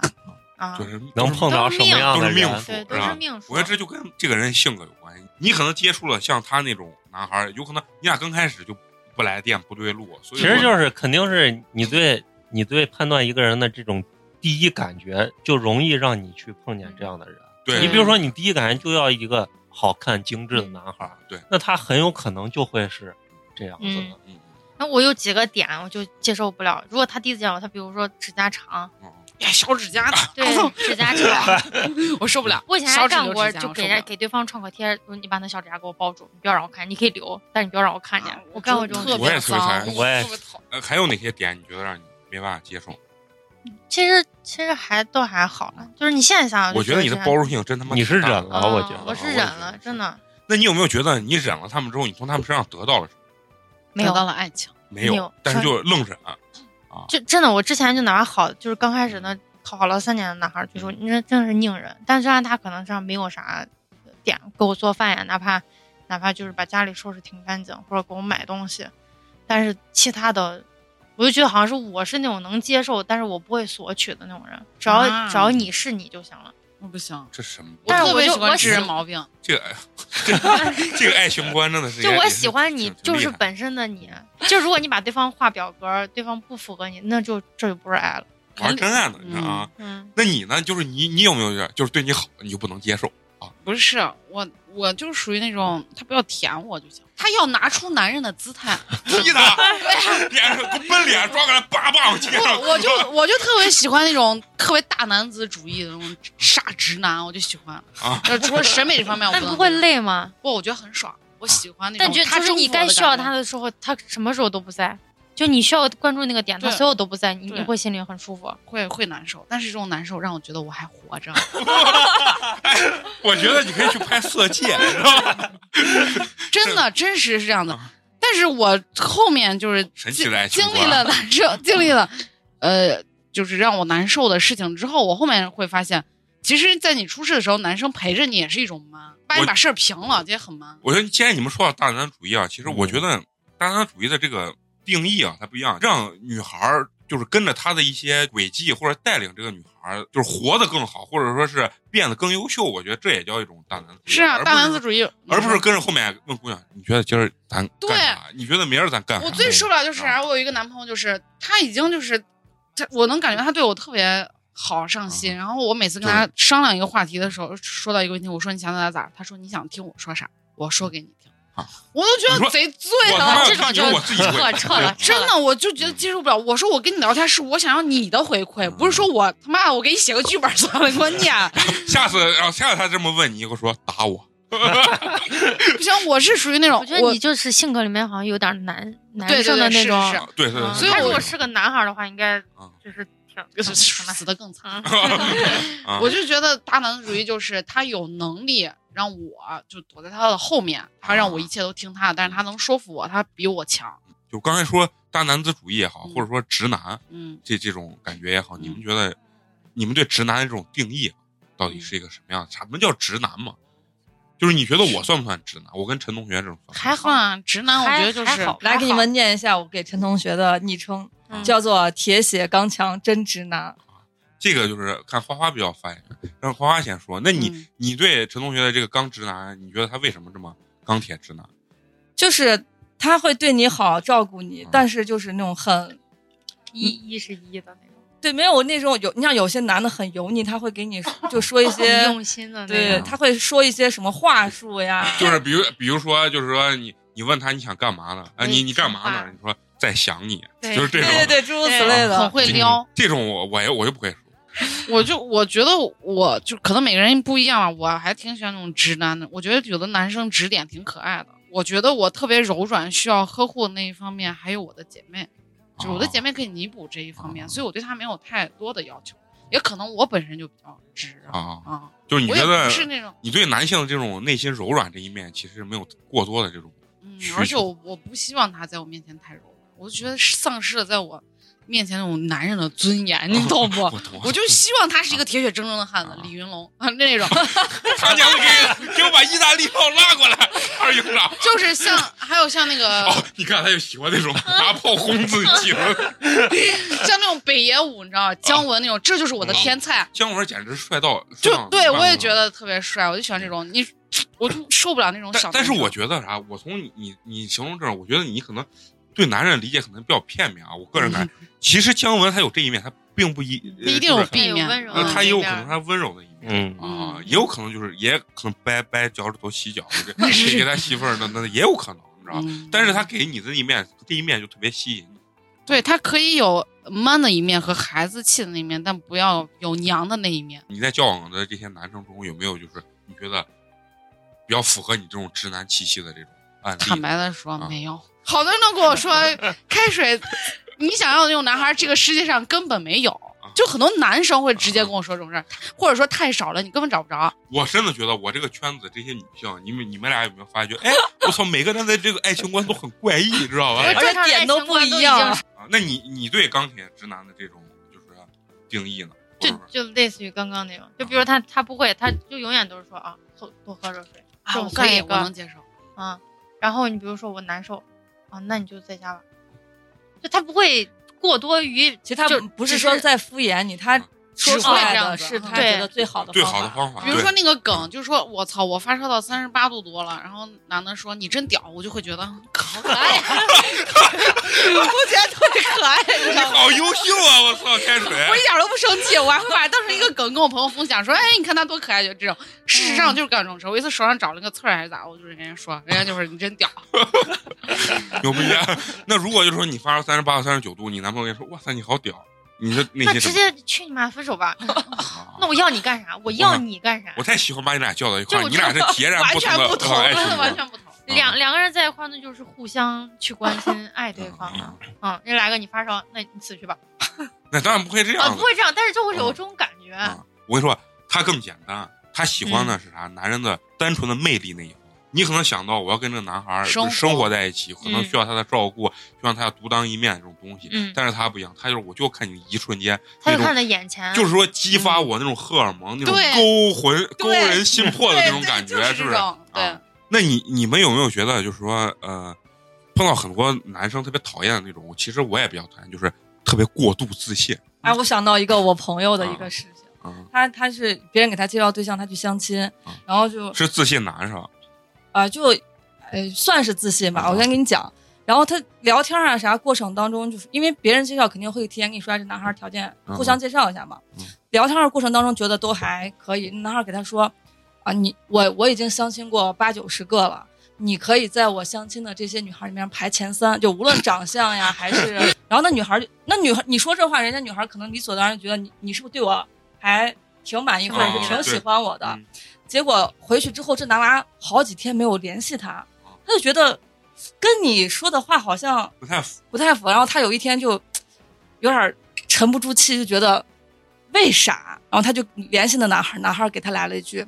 S6: 啊
S2: 就，是
S7: 能碰到什么样
S2: 都
S7: 的
S2: 是命
S7: 人？
S2: 数，
S6: 对，
S2: 是
S6: 都是
S2: 吧？
S6: 命数
S2: 我觉。得这就跟这个人性格有关系。你可能接触了像他那种男孩儿，有可能你俩刚开始就不来电、不对路，所以
S7: 其实
S2: 是
S7: 就是肯定是你对你对判断一个人的这种第一感觉，就容易让你去碰见这样的人。
S2: 对
S7: 你比如说，你第一感觉就要一个好看精致的男孩儿，
S2: 嗯对
S7: 那他很有可能就会是这样子的
S6: 嗯。
S2: 嗯
S6: 那我有几个点我就接受不了。如果他第一次见我，他比如说指甲长，
S2: 嗯嗯
S3: 呀，哎小指甲呢？
S6: 对，指甲长，
S3: 我受不了。
S6: 我以前
S3: 小
S6: 还
S3: 指
S6: 干
S3: 头
S6: 过，
S3: 指甲
S6: 就
S3: 我
S6: 给
S3: 受不
S6: 人
S3: 了
S6: 给对方创可贴，我说你把那小指甲给我包住，你不要让我看，你可以留，但是你不要让我看见
S3: 啊。
S6: 我干过这种
S3: 特
S6: 事。
S2: 我也
S3: 别
S2: 特别
S3: 脏
S2: 烦，
S7: 我也
S3: 特别讨
S2: 呃，还有哪些点你觉得让你没办法接受？
S6: 其实其实还都还好了，就是啊你现在想想，
S2: 我觉得你的包容性真他妈
S7: 你是
S2: 挺大的
S7: 忍了
S6: 啊，
S7: 我觉得
S6: 我是
S2: 我也
S6: 忍
S2: 觉得
S6: 了
S2: 是，
S6: 真的
S2: 那你有没有觉得你忍了他们之后，你从他们身上得到了什么？
S6: 没
S3: 得到
S6: 有，
S3: 了爱情，
S2: 没
S6: 没
S2: 有
S6: 有，
S2: 但是就愣忍。啊
S6: 就真的我之前就哪怕好，就是刚开始
S2: 嗯
S6: 呢，考了三年的男孩，就说你这真是拧人，但虽然他可能上没有啥点给我做饭呀，哪怕哪怕就是把家里收拾挺干净，或者给我买东西，但是其他的。我就觉得好像是我是那种能接受，但是我不会索取的那种人，只要、
S3: 啊
S6: 只要你是你就行了。
S3: 我不行。
S2: 这什么？
S6: 但是
S3: 特
S6: 我
S3: 别
S6: 就
S3: 喜欢
S6: 我
S3: 指人
S6: 只
S3: 毛病，
S2: 这个 这这个爱情观真的是
S6: 就
S2: 也
S6: 我
S2: 是
S6: 喜欢你
S2: 挺，挺
S6: 就
S2: 厉
S6: 是
S2: 害
S6: 本身的你。就如果你把对方划表格，对方不符合你，那就这就不是爱了。
S2: 玩真爱呢，你看啊。
S6: 嗯，
S2: 那你呢？就是你，你有没有点就是对你好你就不能 接受？
S3: 不是我，我就是属于那种
S2: 嗯
S3: 他不要舔我就行，他要拿出男人的 姿态，
S2: 屁的，脸上给我奔脸，抓过来叭叭我接上。
S3: 我我就我就特别喜欢那种特别大男子主义的那种傻直男，我就喜欢
S2: 啊。
S3: 就除了审美这方面，我
S6: 那你
S3: 能
S6: 不会累吗？
S3: 不，我觉得很爽，我喜欢那种。
S6: 但觉
S3: 他
S6: 就是你该需要他
S3: 的，
S6: 的时候，他什么时候都不在。就你需要关注那个点，他
S3: 对
S6: 所有都不在，你
S3: 对
S6: 你会心里很舒服。
S3: 会会难受，但是这种难受让我觉得我还活着。
S2: 我觉得你可以去拍《色戒》，你知道吗？
S3: 真的，真实是这样的
S2: 啊。
S3: 但是我后面就是
S2: 神
S3: 经
S2: 奇的爱情
S3: 经历
S2: 观
S3: 了 难受，经历了呃，就是让我难受的事情之后，我后面会发现，其实，在你出事的时候，男生陪着你也是一种 man，把
S2: 我
S3: 你把事儿平了，这也很 man。
S2: 我觉得既然你们说到大男子主义啊，其实我觉得大男子主义的这个定义啊，它不一样，让女孩儿就是跟着他的一些轨迹，或者带领这个女孩儿就是活得更好，或者说是变得更优秀。我觉得这也叫一种大男子主义，
S3: 是啊，
S2: 而不
S3: 大男子主义，
S2: 而不是
S3: 嗯
S2: 跟着后面问姑娘，你觉得今儿咱
S3: 对
S2: 干啥？你觉得明儿咱干啥？
S3: 我最受不了就是
S2: 啊
S3: 啥，我有一个男朋友，就是他已经就是他，我能感觉他对我特别好上心。
S2: 啊
S3: 然后我每次跟他商量一个话题的时候，说到一个问题，我说你想咋咋咋，他说你想听我说啥，我说给你听
S2: 啊。
S3: 我都觉
S2: 你说
S3: 得贼醉
S2: 我
S3: 了
S2: 他妈，嗯
S6: 这种
S2: 你觉得
S6: 就
S2: 我自己会
S6: 撤撤了
S2: 对
S6: 撤
S3: 真
S6: 了。
S3: 的，我就觉得接受不了。我说我跟你聊天是我想要你的回馈，
S2: 嗯
S3: 不是说我他妈的我给你写个剧本算了，你给我念。啊
S2: 下次，然后下次他这么问你，以后说打我，
S3: 不行，我是属于那种
S6: 我觉得
S3: 我
S6: 你就是性格里面好像有点男
S3: 对
S6: 男
S3: 对
S6: 生的
S3: 对
S6: 那
S3: 是
S6: 种。
S3: 是
S2: 啊对对对，
S6: 嗯
S3: 所以
S6: 他
S2: 对
S6: 如
S3: 我
S6: 果是个男孩的话，应该
S2: 啊
S6: 就是挺
S3: 死
S6: 挺难
S3: 死的更惨。
S6: 嗯
S2: 啊
S3: 我就觉得大男子主义就是他有能力让我就躲在他的后
S6: 啊
S3: 面，他让我一切都听他的，但是他能说服我，他比我强。
S2: 就刚才说大男子主义也好，
S3: 嗯
S2: 或者说直男
S3: 嗯，
S2: 这这种感觉也好，
S3: 嗯
S2: 你们觉得你们对直男的这种定义到底是一个什么样的？什么叫直男嘛？就是你觉得我算不算直男？我跟陈同学这种算
S6: 还好，
S3: 算直男，我觉得就
S6: 还还
S3: 是
S6: 好
S4: 来给你们念一下我给陈同学的昵称，
S6: 嗯
S4: 叫做“铁血刚强真直男
S2: 这个就是看花花比较发言，让花花先说。那你、
S3: 嗯
S2: 你对陈同学的这个刚直男，你觉得他为什么这么钢铁直男？”，
S4: 就是他会对你好，照顾你
S2: 嗯，
S4: 但是就是那种很
S6: 一一是一的那种，
S4: 对，没有那种有，你像有些男的很油腻，他会给你就说 一
S6: 很
S4: 些，
S6: 用心的那
S4: 对
S6: 种。
S2: 嗯
S4: 他会说一些什么话 术呀，
S2: 就是比如比如说，就是说你你问他你想干嘛呢？啊，
S6: 嗯
S2: 你你干嘛
S6: 听
S2: 呢
S6: 话？
S2: 你说在想你，
S6: 对
S2: 就是这
S4: 对
S2: 种
S4: 对对，诸如此类
S3: 很
S4: 的。
S3: 会
S2: 这
S6: 嗯
S3: 撩。
S2: 这种我我也我就不会说。
S3: 我就我觉得我就可能每个人不一样吧，我还挺喜欢那种直男的。我觉得有的男生指点挺可爱的，我觉得我特别柔软，需要呵护的那一方面，
S6: 哦
S3: 还有我的姐妹，就我的姐妹可以弥补这一方面，
S2: 啊
S3: 所以我对她没有太多的要求。也可能我本身就比较直啊，
S2: 啊，
S6: 哦
S3: 啊
S2: 就是你
S3: 我也
S2: 觉得
S3: 不是那种，
S2: 你对男性的这种内心柔软这一面，其实没有过多的这种
S3: 嗯
S2: 需，
S3: 而且
S2: 求
S3: 我我不希望他在我面前太柔软，我就觉得丧失了在我面前那种男人的尊严，你懂 不？
S2: 我懂
S3: 我就希望他是一个铁血铮铮的汉子
S2: 啊，
S3: 李云龙啊 那种，
S2: 长江给给我把意大利炮拉过来，二营长。
S3: 就是像还有像那个
S2: 哦，你看他就喜欢那种 拿炮轰自 己的。
S3: 像那种北野武，你知道吗？姜文那种，这就是我的
S2: 哦
S3: 天菜。
S2: 姜文简直帅到，帅
S3: 就
S2: 到
S3: 对
S2: 一般
S3: 我也
S2: 了
S3: 觉。得特别帅，我就喜欢这种你，我就受不了那种小
S2: 但
S3: 男生。
S2: 但是我觉得啥，我从你你你形容这儿，我觉得你可能对男人理解可能比较片面啊。我个人感觉，其实姜文他有这一面，他并不一
S3: 嗯不一定有
S2: 呃就是
S3: 避免
S6: 有哎温柔啊
S2: 呃
S6: 的
S2: 他也有可
S6: 那
S2: 能
S6: 边
S2: 他温柔的一面。
S7: 嗯，
S2: 啊，
S3: 嗯
S2: 也有可能就是，也可能掰掰脚趾头洗脚， 这谁给他媳妇儿那那也有可能，你知道吧？
S3: 嗯
S2: 但是他给你的一面，这一面就特别吸引你。
S3: 对他可以有 man 的一面和孩子气的那一面，但不要有娘的那一面。
S2: 你在交往的这些男生中，有没有就是你觉得比较符合你这种直男气息的这种案例？
S3: 坦白的说，
S2: 啊
S3: 没有。好多人都跟我说，开水，你想要的那种男孩，这个世界上根本没有。
S2: 啊
S3: 就很多男生会直接跟我说这种事儿，或者说太少了，你根本找不着。
S2: 我真的觉得我这个圈子这些女性，你们你们俩有没有发觉？哎，我操，每个人的这个爱情观都很怪异，知道吧？
S6: 而
S4: 且点都不一样
S2: 啊那你你对钢铁直男的这种就是定义呢？
S6: 就
S2: 或者说
S6: 就类似于刚刚那种，就比如他他不会，他就永远都是说啊，喝多喝热水，
S3: 啊，
S6: 这
S3: 我
S6: 种
S3: 可
S6: 算
S3: 以，
S6: 一
S3: 我能
S6: 个
S3: 接受。
S6: 啊。然后你比如说我难受啊，那你就在家吧，就他不会过多于
S4: 其实他
S6: 就
S4: 不
S6: 只
S4: 是说
S6: 是
S4: 在敷衍你，他说
S3: 只
S4: 出
S3: 会
S4: 来
S3: 这样
S4: 的
S3: 子
S4: 是他
S6: 对
S4: 觉得最好的
S2: 最好的
S4: 法。
S2: 方法，
S3: 比如
S2: 对
S3: 说那个梗，就是说我操，我发烧到三十八度多了，然后男的说你真屌，我就会觉得好可 爱，
S4: 我觉得特别 可爱，你知道吗？
S2: 好优秀啊！我操，开水，
S3: 我一点都不生气，我还会把它当成一个梗跟我朋友分享，说哎你看他多可爱，就这种。事实上就是干这种事儿。我一次手上长了个刺儿还是咋，我就是跟人家说，人家就是你真屌，
S2: 牛逼！啊那如果就说你发到三十八到三十九度，你男朋友跟你说：“哇塞，你好屌！”你的内
S6: 那
S2: 心
S6: 直
S2: 什
S6: 接去你妈分手吧。
S2: 么？
S6: 那我要你干啥？我要你干啥
S2: 啊我？太喜欢把你俩叫到一块
S3: 这
S2: 儿，
S3: 我
S2: 你
S3: 真的
S2: 俩是截然
S3: 完
S2: 不
S3: 全
S2: 的
S3: 不
S2: 不
S3: 同，
S2: 爱
S3: 真
S2: 情
S3: 的完
S2: 观。
S3: 全不同。
S6: 两两个人在一块儿，那就是互相去关心、爱对方嘛。嗯，那来个你发烧，那你死去吧。
S2: 那当然不会这
S6: 啊，
S2: 样
S6: 不
S2: 子。
S6: 会这样，但是就会有这种感觉。
S2: 啊我跟你说，他更简单，他喜欢
S3: 嗯
S2: 的是啥？男人的单纯的魅力那一方。你可能想到我要跟这个男孩儿
S3: 生活
S2: 生活在一起，可能
S6: 嗯
S2: 需要他的照顾，需要他要独当一面这种东西。
S6: 嗯
S2: 但是他不一样，他就是我就看你一瞬间
S6: 他
S2: 那
S6: 就
S2: 种
S6: 看在眼前，
S2: 就是说激发我那种荷尔蒙、那种
S3: 啊嗯对
S2: 勾魂、勾
S3: 对
S2: 人心魄的那种感觉，
S3: 对对就是
S2: 不
S3: 这
S2: 是？
S3: 种对
S2: 啊，那你你们有没有觉得，就是说，呃，碰到很多男生特别讨厌的那种，其实我也比较讨厌，就是特别过度自信
S4: 哎，我想到一个我朋友的一个事情，
S2: 啊，
S4: 他他是别人给他介绍对象，他去相亲，然后就啊、
S2: 是自信男是吧？
S4: 就，呃算是自信吧。
S2: 嗯
S4: 我先跟你讲，然后他聊天啊啥过程当中，就是因为别人介绍肯定会提前跟你说啊这男孩条件，
S2: 嗯
S4: 互相介绍一下嘛。
S2: 嗯
S4: 聊天的过程当中觉得都还可以，男孩给他说啊你我我已经相亲过八九十个了。你可以在我相亲的这些女孩里面排前三，就无论长相呀 还是，然后那女孩就那女孩你说这话，人家女孩可能理所当然觉得你你是不是对我还挺满意，或者是
S2: 嗯
S4: 挺喜
S2: 对
S4: 欢我的，
S2: 嗯
S4: 结果回去之后，这男娃好几天没有联系他，
S2: 哦
S4: 他就觉得跟你说的话好像
S2: 不太
S4: 不太符。然后他有一天就有点沉不住气，就觉得为啥？然后他就联系那男孩，男孩给他来了一句：“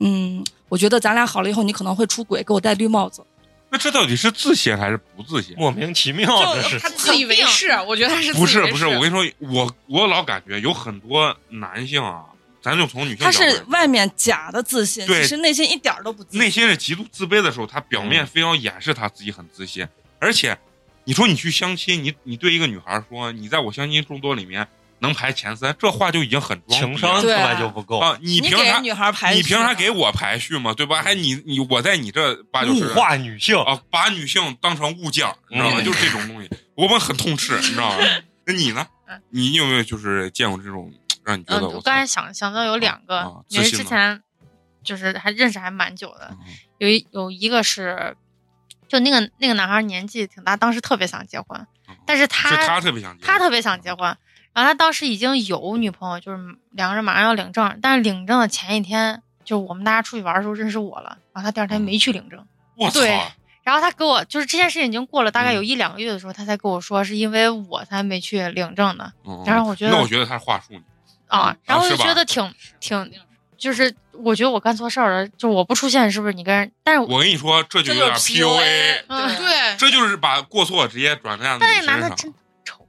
S4: 嗯，我觉得咱俩好了以后，你可能会出轨，给我戴绿帽子。
S2: 那这到底是自信还是不自信？
S7: 莫名其妙
S2: 哦
S7: 这是
S3: 他自以为是，啊我觉得他是自以
S2: 不
S3: 为
S2: 是
S3: 是
S2: 不是，我跟你说，我我老感觉有很多男性啊，咱就从女”性
S4: 他
S2: 角度来
S4: 是
S2: 说，
S4: 外面假的自信，
S2: 对
S4: 其实内心一点儿都不自
S2: 内
S4: 信。
S2: 心是极度自卑的时候，他表
S7: 嗯
S2: 面非要掩饰他自己很自信，而且你说你去相亲，你你对一个女孩说你在我相亲众多里面能排前三，这话就已经很装逼了
S7: 情商出
S4: 对啊
S7: 来就不够，
S2: 啊！你
S4: 你
S2: 凭
S4: 给
S2: 啥
S4: 人女孩排，
S2: 你凭啥给？我排序嘛？对吧？还你你我在你这八九十
S7: 嗯物化女性。
S2: 啊，把女性当成物件儿，你知道吗？
S7: 嗯
S2: 就是这种东西，我们很痛斥，你知道吗？那你呢
S6: 嗯？
S2: 你有没有就是见过这种让你觉
S6: 嗯，
S2: 得
S6: 我
S2: 我
S6: 刚才
S2: 操？
S6: 想想到有两
S2: 啊
S6: 个，
S2: 自
S6: 也是
S2: 信
S6: 之
S2: 吗
S6: 前就是还认识还蛮久的，
S2: 嗯
S6: 有一有一个是，就那个那个男孩年纪挺大，当时特别想结婚，
S2: 嗯
S6: 但是
S2: 是
S6: 他
S2: 他特别嗯想结婚，
S6: 他特别想结婚，然后他当时已经有女朋友，就是两个人马上要领证，但是领证的前一天，就是我们大家出去玩的时候认识我了，然后他第二天
S2: 嗯
S6: 没去领证。
S2: 我操！
S6: 对然后他给我就是这件事情已经过了大概有
S2: 嗯
S6: 一两个月的时候，他才跟我说是因为我才没去领证的。
S2: 嗯
S6: 然后我觉得
S2: 那我觉得他是话术你，
S6: 啊，然后
S2: 嗯是
S6: 就
S2: 吧
S6: 觉得挺挺，就是我觉得我干错事儿了，就我不出现是不是你跟人？但是我
S2: 我跟你说，这就
S4: 这
S2: 有
S4: 就是
S2: 点 PUA，
S6: 嗯
S3: 对，
S2: 这就是把过错直接转嫁到
S6: 但
S2: 你
S6: 那
S2: 身上。啊
S6: 男的真丑，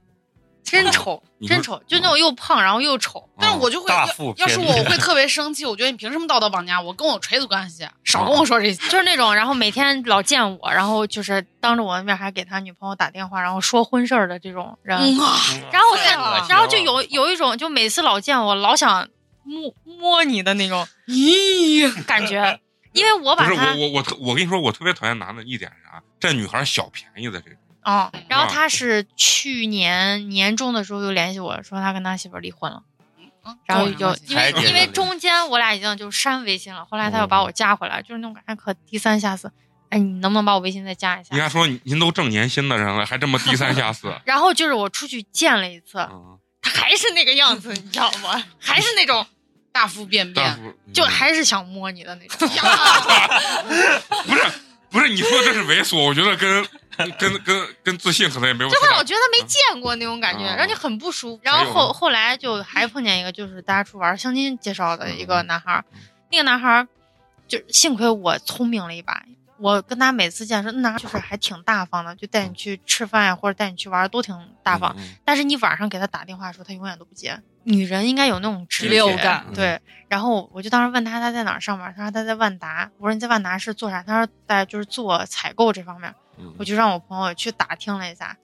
S6: 真丑
S2: 你，说啊
S6: 真丑，就那种又胖然后又丑，
S3: 但是我
S2: 就
S3: 就会
S7: 大
S3: 要
S7: 腹
S3: 要是
S7: 便
S3: 我，我会特别生气。我觉得你凭什么道德绑架我？跟我锤子关系，啊少
S2: 啊
S3: 跟我说这些。
S6: 就是那种，然后每天老见我，然后就是当着我的面还给他女朋友打电话，然后说婚事儿的这种人。
S3: 嗯啊，
S6: 然后我
S3: 太
S6: 看
S3: 恶心，
S6: 然后就有有一种，就每次老见我，老想摸摸你的那种
S3: 嗯咦，
S6: 感觉，因为
S2: 不
S6: 我把
S2: 是
S6: 他
S2: 我我我特我跟你说，我特别讨厌男的一点是啥？占女孩小便宜的这种。
S6: 啊、然后他是去年年中的时候又联系我说他跟他媳妇儿离婚了，然后就因为
S7: 才解
S6: 因为
S7: 决了
S6: 中间我俩已经就删微信了，后来他又把我加回来，就是那种感觉可低三下四，哎，你能不能把我微信再加一
S2: 人家
S6: 下？
S2: 说您都正年薪的人了，还这么低三下四。
S6: 然后就是我出去见了一次，
S2: 嗯，
S6: 他还是那个样子，你知道吗？还是那种
S3: 大腹便
S2: 大
S3: 便，
S2: 夫
S6: 就
S2: 嗯
S6: 还是想摸你的那种。
S2: 不是不是，你说这是猥琐，我觉得跟跟跟跟自信可能也没有太
S6: 就会
S2: 大
S6: 老觉得没见过那种感觉，
S2: 嗯
S6: 让你很不舒服。
S2: 还
S6: 然
S2: 有
S6: 后
S2: 呢
S6: 后后来就还碰见一个，就是大家出去玩相亲介绍的一个男孩儿
S2: 嗯，
S6: 那个男孩儿就幸亏我聪明了一把，我跟他每次见说，那就是还挺大方的，就带你去吃饭呀，或者带你去玩儿都挺大啊方。。
S2: 嗯
S6: 但是你晚上给他打电话的时候，他永远都不接。女人应该有那种直
S4: 第六感
S2: 嗯
S6: 对。然后我就当时问他他在哪儿上班，他说他在万达。我说你在万达是做啥？他说在就是做采购这方面。
S2: 嗯
S6: 我就让我朋友去打听了一下，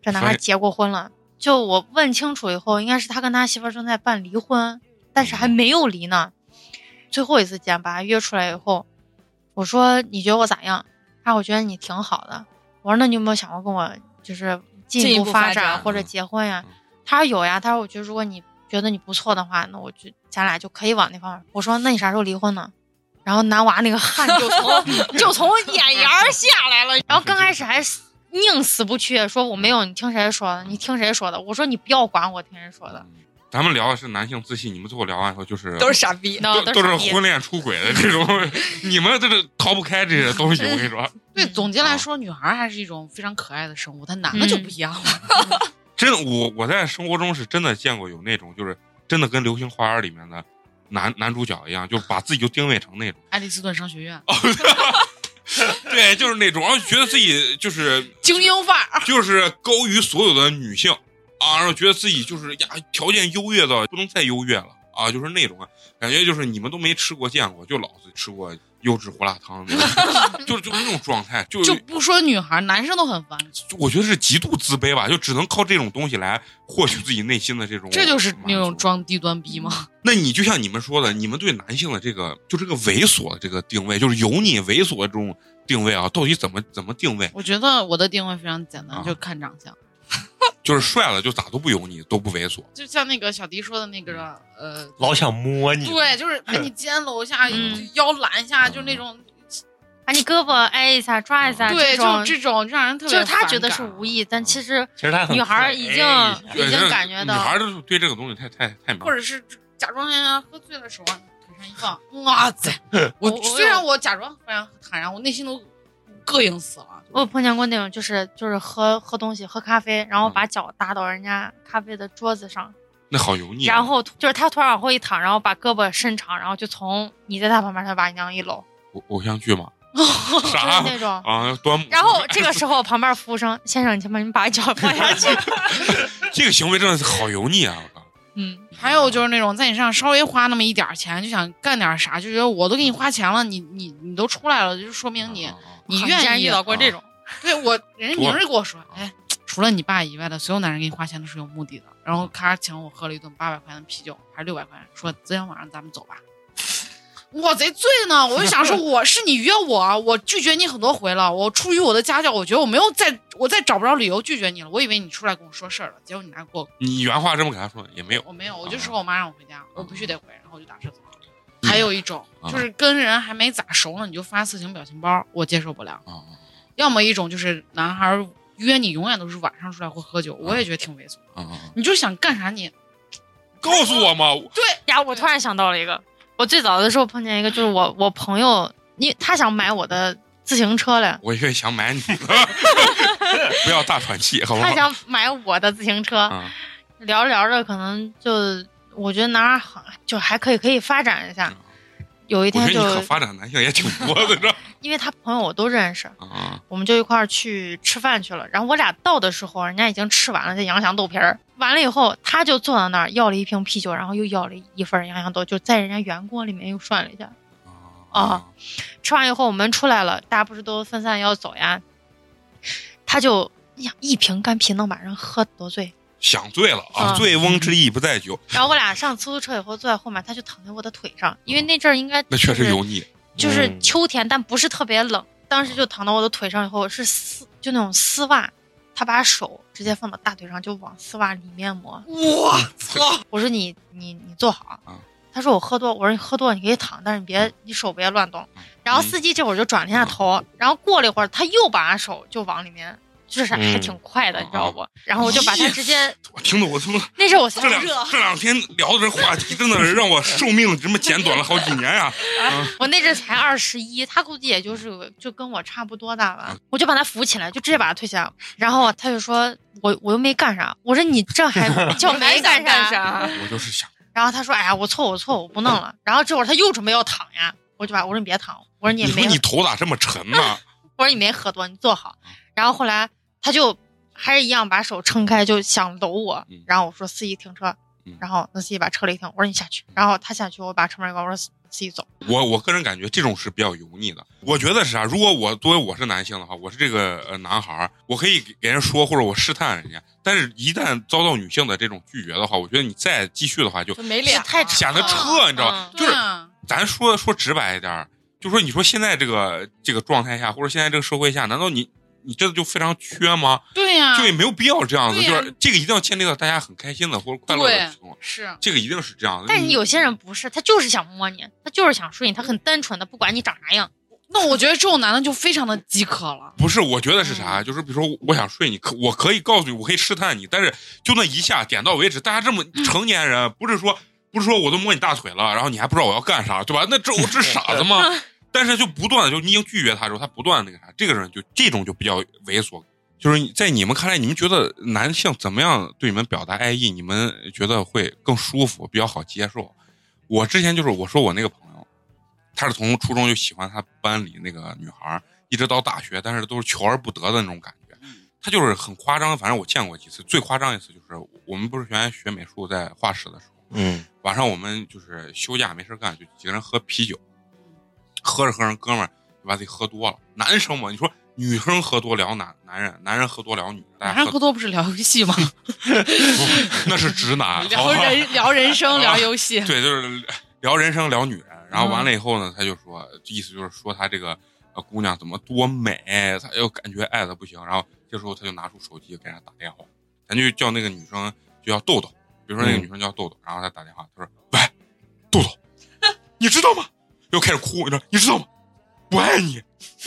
S6: 这男
S2: 所
S6: 孩
S2: 以
S6: 结过婚了。就我问清楚以后，应该是他跟他媳妇儿正在办离婚，但是还没有离呢。最后一次见，把他约出来以后，我说你觉得我咋样？他说我觉得你挺好的。我说那你有没有想过跟我就是进
S4: 进
S6: 一
S4: 一
S6: 步
S4: 步
S6: 发
S4: 发
S6: 展
S4: 展
S6: 或者
S2: 嗯
S6: 结婚呀
S2: 嗯？
S6: 他说有呀。他说我觉得如果你觉得你不错的话，那我就咱俩就可以往那方面。我说那你啥时候离婚呢？然后男娃那个汗就 从就从眼沿儿下来了，然后刚开始还死宁死不屈，说我没有，你听谁说的？你听谁说的？我说你不要管我听谁说的，
S2: 咱们聊的是男性自信，你们最后聊完以后就是
S4: 都是傻逼。
S3: 嗯
S6: 那
S2: 都是
S6: 傻逼
S2: 婚恋出轨的这种， 你们这是逃不开这些东西。我跟你说，
S3: 对，
S6: 嗯
S3: 总结
S2: 啊
S3: 来说，女孩还是一种非常可爱的生物，但男的就不一样了。
S2: 真的我我在生活中是真的见过有那种就是真的跟《流星花园》里面的男男主角一样，就把自己就定位成那 种，
S3: 爱丽斯顿商学院，
S2: 哦对，就是那种，然后觉得自己就是
S3: 精英范儿，
S2: 就是高于所有的女性啊，然后觉得自己就是呀条件优越到不能再优越了啊，就是那种感觉，就是你们都没吃过见过，就老子吃过优质胡辣汤那种， 就是就是那种状态，就
S3: 就是不说女孩，男生都很烦。
S2: 我觉得是极度自卑吧，就只能靠这种东西来获取自己内心的这种，
S3: 这就是那种。装低端逼吗？
S2: 那你就像你们说的，你们对男性的这个就这个猥琐的这个定位，就是油腻猥琐的这种定位啊，到底怎么怎么定位？
S3: 我觉得我的定位非常简单，
S2: 啊
S3: 就看长相。
S2: 就是帅了就咋都不油腻，都不猥琐。
S3: 就像那个小迪说的那个，呃，
S7: 老想摸你。
S3: 对，就是把你肩搂一下，
S6: 嗯
S3: 腰揽一下，就那种，
S6: 把你胳膊挨一下抓一下，
S3: 对，
S6: 啊种
S3: 就这种，让人特
S6: 就
S3: 别
S6: 是他
S3: 反
S6: 觉得
S3: 感
S6: 是无意，但其实
S7: 其实他很
S6: 女孩儿
S7: 可
S6: 已
S7: 爱
S6: 经
S2: 嗯对
S6: 已经感觉到
S2: 女孩儿就是对这个东西太太太敏
S3: 或者是假装人喝醉了手往腿上一放，哇塞！我
S6: 我
S3: 虽然我假装非常坦然，我内心都膈应死了。
S6: 我有碰见过那种，就是就是喝喝东西喝咖啡，
S2: 嗯
S6: 然后把脚搭到人家咖啡的桌子上，
S2: 那好油腻啊。
S6: 然后就是他突然往后一躺，然后把胳膊伸长，然后就从你在他旁边，他把你那样一 搂，
S2: 偶偶像剧 嘛，
S6: 就
S2: 啥
S6: 是那种。
S2: 啊端木？
S6: 然后这个时候，旁边服务生先生，请把你把脚放下去。
S2: 这个行为真的是好油腻啊！我靠，
S6: 嗯，
S3: 还有就是那种在你身上稍微花那么一点儿钱，就想干点啥，就觉得我都给你花钱了，你你你都出来了，就说明你
S2: 啊啊啊
S3: 你
S6: 好竟
S3: 愿
S6: 然
S3: 意
S6: 遇。到过这种，
S3: 对我，人家明儿就跟我说，哎，除了你爸以外的所有男人给你花钱都是有目的的。然后咔请我喝了一顿八百块钱的啤酒，还是六百块钱，说今天晚上咱们走吧。我贼醉呢，我就想 说我是你约我，啊我拒绝你很多回了，我出于我的家教，我觉得我没有再我再找不着理由拒绝你了，我以为你出来跟我说事儿了，结果你来给我，
S2: 你原话这么给他说也没有
S3: 我没有，我就
S2: 啊
S3: 说我妈让我回家，我必须得回，然后我就打车走了。还有一种就是跟人还没咋熟呢，你就发色情表情包，我接受不了。
S2: 啊，
S3: 要么一种就是男孩儿约你永远都是晚上出来或喝酒，我也觉得挺猥琐。
S2: 啊啊啊
S3: 你就想干啥你
S2: 告诉我嘛，
S6: 呀，我突然想到了一个，我最早的时候碰见一个，就是我我朋友，因为他想买我的自行车嘞，
S2: 我越想买你 的，不要大喘气，好不
S6: 他
S2: 好？
S6: 想买我的自行车，
S2: 啊，
S6: 聊着聊着可能就我觉得男孩好就还可以可以发展一下。有一
S2: 嗯我觉
S6: 天
S2: 得你
S6: 就
S2: 可发展男性也挺多的，这
S6: 因为他朋友我都认识，
S2: 啊，
S6: 我们就一块儿去吃饭去了。然后我俩到的时候，人家已经吃完了这洋香豆皮儿。完了以后，他就坐在那儿要了一瓶啤酒，然后又要了一份洋香豆，就在人家圆锅里面又涮了一下。啊吃完以后，我们出来了，大家不是都分散要走呀？他就呀一瓶干啤能把人喝多醉。
S2: 想醉了啊，
S6: 啊
S2: 醉翁之意不在酒，
S6: 然后我俩上出租车以后坐在后面，他就躺在我的腿上，因为那阵儿应该、
S2: 那确实油腻。
S6: 就是
S7: 嗯
S6: 秋天，但不是特别冷。当时就躺到我的腿上以后，是丝就那种丝袜，他把手直接放到大腿上，就往丝袜里面磨。
S4: 我操！
S6: 我说你你你坐好
S2: 啊。
S6: 他说我喝多，我说你喝多你可以躺，但是你别你手别乱
S2: 啊
S6: 动。然
S2: 嗯
S6: 后司机这会儿就转了一下头，然后过了一会儿他又把手就往里面，就是还
S7: 嗯
S6: 挺快的，你知道不
S2: 啊？
S6: 然后我就把他直接，
S2: 我听得我他妈
S6: 那时候我才
S2: 这两
S6: 热，
S2: 这两天聊的这话题，真的是让我寿命他妈减短了好几年啊！
S6: 我那阵儿才二十一，他估计也就是有就跟我差不多大
S2: 嗯
S6: 吧，我就把他扶起来，就直接把他推下来。然后他就说我我又没干啥，我说你这 还叫没干啥？
S4: 啥？
S2: 我就是想，
S6: 然后他说哎呀我错我错我不弄了。然后这会儿他又准备要躺呀，我就把我说你别躺，我说你
S2: 你
S6: 也
S2: 说
S6: 没
S2: 你嗯头咋这么沉呢？
S6: 我说你没喝多，你坐好。然后后来他就还是一样把手撑开，就想搂我
S2: 嗯。
S6: 然后我说司机停车
S2: 嗯，
S6: 然后那司机把车里停，我说你下去。然后他下去，我把车门一关，我说司机走。
S2: 我我个人感觉这种是比较油腻的。我觉得是啊啥？如果我作为我是男性的话，我是这个呃男孩儿，我可以给人说或者我试探人家，但是一旦遭到女性的这种拒绝的话，我觉得你再继续的话就
S4: 就没脸了，
S6: 这太扯
S2: 显得撤，你知道吧？
S6: 嗯
S2: 就是
S3: 对啊
S2: 咱说说直白一点儿，就说你说现在这个这个状态下，或者现在这个社会下，难道你你真的就非常缺吗？
S3: 对呀、
S2: 就也没有必要这样子，
S3: 啊对
S2: 就
S3: 呀
S2: 是这个一定要建立到大家很开心的或者快乐的
S3: 对
S2: 情况，
S3: 是
S2: 这个一定是这样的。
S6: 但是有些人不是，他就是想摸你，他就是想睡你，他
S2: 嗯
S6: 很单纯的，不管你长啥样。
S3: 那我觉得这种男的就非常的饥渴了，
S2: 不是，我觉得是啥？就是比如说，我想睡你，可我可以告诉你，我可以试探你，但是就那一下，点到为止。大家这么成年人，不是说不是说我都摸你大腿了，然后你还不知道我要干啥，对吧？那这我这是傻子吗？但是就不断的，就你已经拒绝他之后，他不断的那个啥，这个人就这种就比较猥琐。就是你在你们看来，你们觉得男性怎么样对你们表达爱意？你们觉得会更舒服，比较好接受？我之前就是我说我那个朋友，他是从初中就喜欢他班里那个女孩儿，一直到大学，但是都是求而不得的那种感觉。他就是很夸张，反正我见过几次，最夸张一次就是我们不是原来学美术在画室的时候，
S7: 嗯
S2: 晚上我们就是休假没事干，就几个人喝啤酒，喝着喝着，哥们儿就把自己喝多了。男生嘛，你说女生喝多聊男男人，男人喝多聊女人， 大
S3: 晚
S2: 家
S3: 上
S2: 喝
S3: 喝多不是聊游戏 吗？
S2: 那是直 男，好
S3: 聊
S2: 吧？
S3: 人聊人生，聊游戏，
S2: 对，就是聊人生，聊女人。然后完了以后呢，他就说，意思就是说他这个呃姑娘怎么多美，他又感觉爱的不行。然后这时候他就拿出手机给人家打电话，咱就叫那个女生就叫豆豆，比如说那个
S7: 嗯
S2: 女生叫豆豆，然后他打电话，他说：“喂，豆 豆，你知道吗？”又开始哭，你知道？你知道吗？我爱你，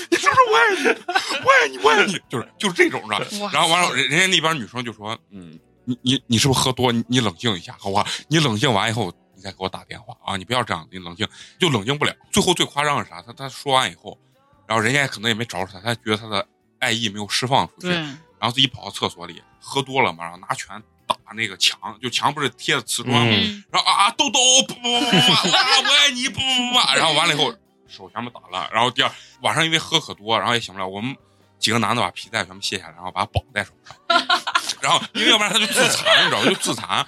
S2: 你是不是我爱你？我爱你，我爱你，就是就是这种的。
S3: 哇
S2: 然后完了，人人家那边女生就说：“嗯，你你你是不是喝多？你你冷静一下，好吧？你冷静完以后，你再给我打电话啊！你不要这样，你冷静就冷静不了。最后最夸张的是啥？他他说完以后，然后人家可能也没找着他，他觉得他的爱意没有释放出去，
S3: 对，
S2: 然后自己跑到厕所里，喝多了嘛，然后拿拳打那个墙，就墙不是贴着瓷砖吗？
S7: 嗯
S2: 然后啊啊，豆豆，不不不不不，啊，我爱你，不不不，然后完了以后手全部打烂，然后第二晚上因为喝可多，然后也醒不了，我们几个男的把皮带全部卸下来，然后把他绑在手上，然后因为要不然他就自残，你知道吗？就自残。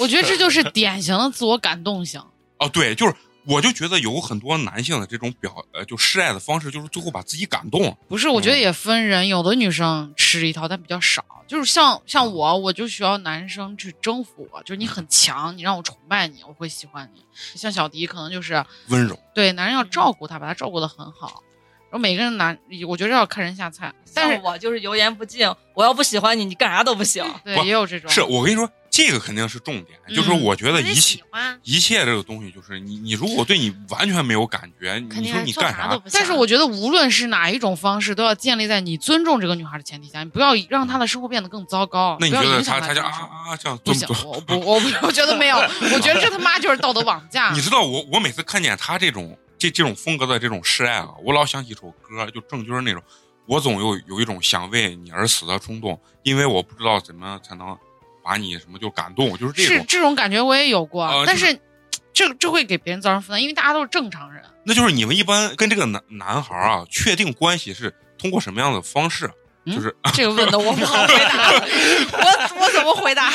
S3: 我觉得这就是典型的自我感动型。
S2: 哦，对，就是我就觉得有很多男性的这种表呃就示爱的方式，就是最后把自己感动了。
S3: 不是，我觉得
S2: 嗯
S3: 也分人，有的女生吃这一套，但比较少。就是像像我，我就需要男生去征服我，就是你很强，你让我崇拜你，我会喜欢你。像小迪可能就是
S2: 温柔，
S3: 对男人要
S6: 嗯
S3: 照顾她，把她照顾的很好。然后每个人男，我觉得要看人下菜，但
S4: 但
S3: 是
S4: 是我就是油盐不进，我要不喜欢你，你干啥都不行。
S3: 对
S2: 不
S3: 也有这种
S2: 是我跟你说，这个肯定是重点，就是说
S3: 嗯
S2: 我觉得一切
S6: 喜、欢，
S2: 一切这个东西，就是你你如果对你完全没有感觉，
S6: 肯
S2: 你
S6: 定
S2: 说
S6: 是
S2: 你
S6: 做
S2: 干
S6: 啥
S2: 啥
S6: 都？不行。
S3: 但是我觉得，无论是哪一种方式，都要建立在你尊重这个女孩的前提下，你不要让她的生活变得更糟糕。
S2: 那你
S3: 不要
S2: 觉得
S3: 影响
S2: 他他
S3: 她的
S2: 就啊
S3: 人生
S2: 啊啊这样
S3: 不
S2: 尊
S3: 行
S2: 不？尊？
S3: 我不，我不，我觉得没有，我觉得这他妈就是道德绑架。
S2: 你知道我我每次看见他这种这这种风格的这种示爱啊，我老想起一首歌，就郑钧那种，我总有有一种想为你而死的冲动，因为我不知道怎么才能把你什么就感动，就是这
S3: 是
S2: 种，
S3: 这种感觉我也有过，
S2: 啊
S3: 但
S2: 就是
S3: 是这这会给别人造成负担，因为大家都是正常 人。
S2: 那就是你们一般跟这个男男孩啊确定关系是通过什么样的方式？啊
S3: 嗯
S2: 就是
S3: 这个问的我不好回答，我我怎么回答？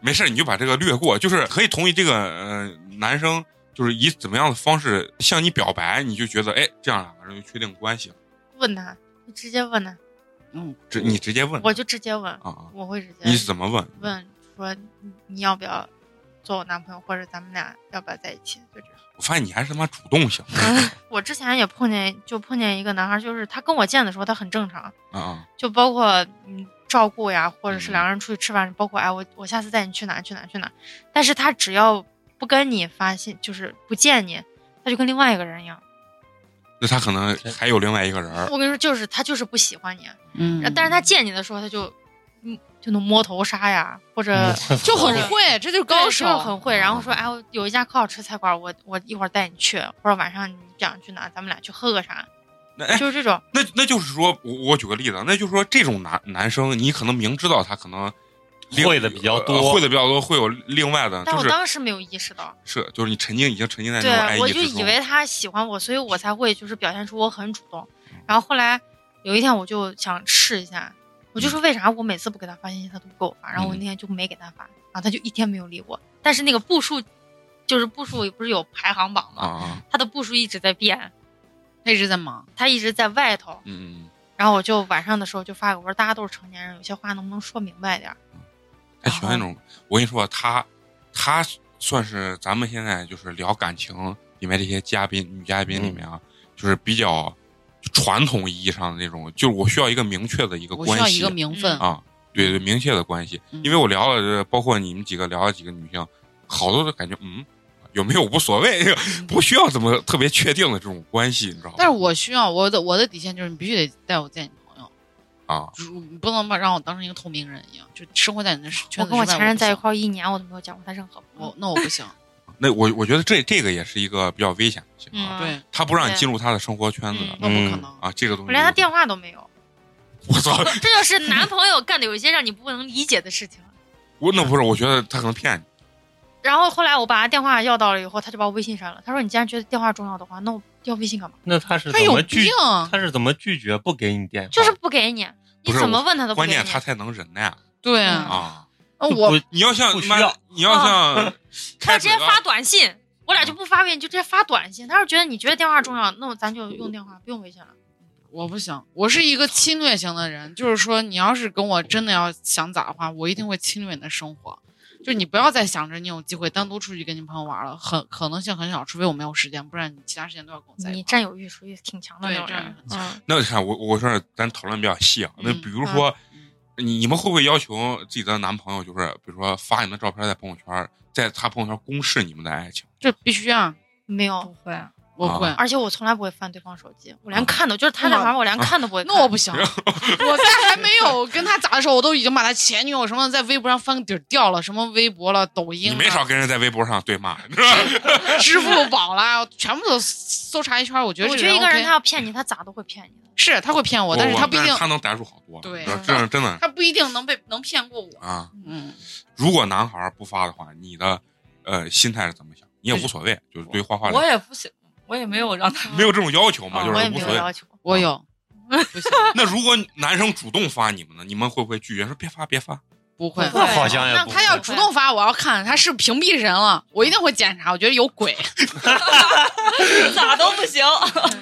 S2: 没事儿，你就把这个略过，就是可以同意这个呃男生就是以怎么样的方式向你表白，你就觉得哎这样两个人就确定关系了，
S6: 问他，就直接问他，
S3: 嗯，
S2: 这你直接问
S6: 我就直接问，
S2: 啊啊，
S6: 我会直接
S2: 你是怎么问？
S6: 问说你你要不要做我男朋友，或者咱们俩要不要在一起，就这样。
S2: 我发现你还是他妈主动型
S6: 我之前也碰见，就碰见一个男孩，就是他跟我见的时候，他很正常，
S2: 啊啊
S6: 就包括嗯照顾呀，或者
S2: 嗯
S6: 是两个人出去吃饭，包括哎我我下次带你去哪儿去哪儿去哪儿，但是他只要不跟你发信，就是不见你，他就跟另外一个人一样。
S2: 那他可能还有另外一个人儿
S6: 我跟你说，就是他就是不喜欢你，
S3: 嗯
S6: 但是 他见你的时候，他就嗯就能摸头杀呀，或者
S2: 嗯
S3: 就很
S6: 或者
S3: 会，这就是高
S6: 对
S3: 手啊
S6: 就，很会。然后说，哎，我有一家可好吃菜馆，我我一会儿带你去，或者晚上你想去哪，咱们俩去喝个啥，
S2: 那哎，
S6: 就是这种。
S2: 那那就是说，我我举个例子，啊那就是说，这种男男生，你可能明知道他可能另
S7: 会的比较多
S2: 呃会的比较多，会有另外的，嗯
S6: 但
S2: 就
S6: 我
S2: 是
S6: 当时没有意识到，
S2: 是就是你沉浸已经沉浸在那种爱
S6: 对，我
S2: 意
S6: 就
S2: 之中啊
S6: 以，为他喜欢我，所以我才会就是表现出我很主动。
S2: 嗯
S6: 然后后来有一天我就想试一下，
S2: 嗯
S6: 我就说为啥我每次不给他发信息他都不给我发，然后我那天就没给他发，然后他就一天没有理我。但是那个步数，就是步数不是有排行榜
S2: 啊
S6: 吗？
S2: 啊，
S6: 他的步数一直在变，
S3: 他一直在忙。
S6: 他一直在外头。
S2: 嗯嗯，
S6: 然后我就晚上的时候就发给我说，大家都是成年人，有些话能不能说明白点儿？
S2: 他
S3: 啊
S2: 喜欢那种，我跟你说，他他算是咱们现在就是聊感情里面这些嘉宾女嘉宾里面
S3: 嗯
S2: 啊，就是比较传统意义上的那种，就是我需要一个明确的一个
S3: 我
S2: 关
S3: 需
S2: 系，
S3: 要一个
S6: 嗯
S3: 名分，
S2: 啊，对对，明确的关系。
S3: 嗯
S2: 因为我聊了这，包括你们几个聊了几个女性，好多都感觉嗯，有没有无所谓，不需要怎么特别确定的这种关系，你知道吗？
S3: 嗯但是我需要我的我的底线就是你必须得带我见你朋友，
S2: 啊，
S3: 如你不能把让我当成一个透明人一样，就生活在你的圈子
S6: 我跟我
S3: 之外
S6: 前任在
S3: 不
S6: 一
S3: 行
S6: 块儿一年，我都没有见过他任何
S2: 嗯
S3: 我
S6: 朋友。
S3: 那我不行，
S2: 那我我觉得这这个也是一个比较危险的情况，
S6: 嗯
S3: 对，
S2: 他不让你
S6: 对
S2: 进入他的生活圈子的
S3: 那不可
S7: 嗯
S3: 能。
S2: 啊，这个东西
S6: 我连他电话都没有，
S2: 我操，
S6: 这就是男朋友干的有一些让你不能理解的事情。
S2: 我那不是，我觉得他可能骗你，
S6: 然后后来我把他电话要到了以后，他就把我微信删了。他说：“你既然觉得电话重要的话，那我要微信干嘛？
S7: 那他是
S3: 他
S7: 怎
S3: 有
S7: 么拒
S3: 病？
S7: 他是怎么拒绝不给你电话？
S6: 啊就是不给你，
S2: 不
S6: 你
S2: 是
S6: 怎么问他都不
S2: 关
S6: 给你
S2: 键。他才能忍耐
S3: 对
S6: 嗯
S3: 啊，
S2: 啊。
S3: 那
S7: 不
S3: 我
S2: 你要像
S7: 不需
S2: 妈
S7: 要，
S2: 你要像
S6: 哦他
S2: 开
S6: 直
S2: 水
S6: 接
S2: 了嗯
S6: 发短信，我俩就不发微信，就直接发短信。他说觉得你觉得电话重要，那我咱就
S2: 嗯
S6: 用电话，不用微信了。
S3: 我不行，我是一个侵略型的人，就是说你要是跟我真的要想咋的话，我一定会侵略你的生活。就是你不要再想着你有机会单独出去跟你朋友玩了，很可能性很小，除非我没有时间，不然你其他时间都要跟我在一
S6: 你
S3: 块儿。
S6: 占有欲属于挺强的那
S3: 对
S6: 种
S3: 占有
S6: 人
S3: 欲，很强
S6: 嗯，
S2: 那你看我我说咱讨论比较细啊，那
S3: 嗯
S2: 比如说，你你们会不会要求自己的男朋友，就是比如说发你们照片在朋友圈，在他朋友圈公示你们的爱情？
S3: 这必须啊，
S6: 没有
S2: 嗯
S4: 不。会啊，
S3: 我不会。
S6: 而且我从来不会翻对方手机，我
S2: 啊
S6: 连看都就是他那玩意儿，我连看都不会 看。
S3: 那我不行， 我在还没有跟他咋的时候，我都已经把他前女友什么在微博上翻个底儿掉了，什么微博了、抖音
S2: 你
S3: 了、
S2: 没少跟人在微博上对骂，是吧？
S3: 支付宝啦，我全部都搜查一圈儿。我觉得
S6: 我
S3: 这
S6: 觉得一个
S3: OK
S6: 人他要骗你，他咋都会骗你的。
S3: 是他会骗我，但是
S2: 我
S3: 他不一定，
S2: 他能逮住好多，
S3: 对
S2: 你知道这是真的
S3: 他不一定能被能骗过我。
S2: 啊。
S3: 嗯，
S2: 如果男孩不发的话，你的呃心态是怎么想？你也无所谓，就是对花花
S4: 我也不行，我也没有让他
S2: 没有这种要求嘛，
S4: 啊
S2: 就是
S6: 我也
S2: 无
S6: 没
S2: 所
S6: 有
S2: 谓。
S6: 要求。
S3: 我有，不行，
S2: 那如果男生主动发你们呢，你们会不会拒绝说别发别发？
S3: 不会。
S4: 不会
S7: 好像也
S6: 那
S7: 不
S3: 他要主动发，我要看他是屏蔽人了，我一定会检查，我觉得有 鬼。
S4: 咋都不行。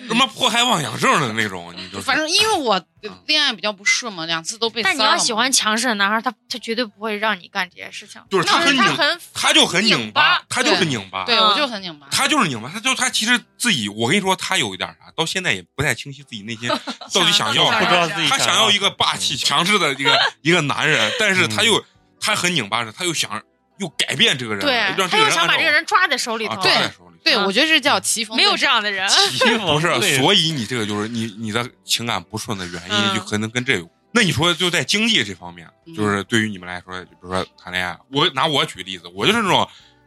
S2: 什么迫害妄想症的那种，你就
S3: 反正因为我恋爱比较不顺嘛，两次都被。
S6: 但你要喜，欢强势的男孩，他他绝对不会让你干这些事情。
S2: 就是他
S6: 那
S2: 很
S6: 他
S2: 拧
S6: 很
S2: 他就很拧巴，他就是
S3: 对
S2: 拧巴，
S3: 对
S6: 嗯
S3: 我就很拧巴。
S2: 他就是拧巴，他就他其实自己，我跟你说，他有一点啥，到现在也不太清晰自己内心到底想要
S7: 不
S2: 啥。
S7: 知道自己
S2: 他想
S7: 要
S2: 要一个霸气强势的一个一个男人，但是他又他很拧巴着，他又想又改变这个人，
S6: 对，
S2: 让这
S6: 他
S2: 个
S6: 又
S2: 人
S6: 想把
S2: 按
S6: 这
S2: 照
S6: 个人抓在手里
S2: 啊
S6: 头。
S2: 抓在
S3: 对
S2: 手里
S3: 对，
S6: 嗯
S3: 我觉得这叫棋逢
S6: 没有这样
S3: 的。
S6: 的人。
S7: 欺负
S2: 不是，
S7: 对
S2: 所以你这个就是你你的情感不顺的原因，
S6: 嗯
S2: 就可能跟这有。那你说就在经济这方面，
S3: 嗯
S2: 就是对于你们来说，比如说谈恋爱，我拿我举例子，我就是那种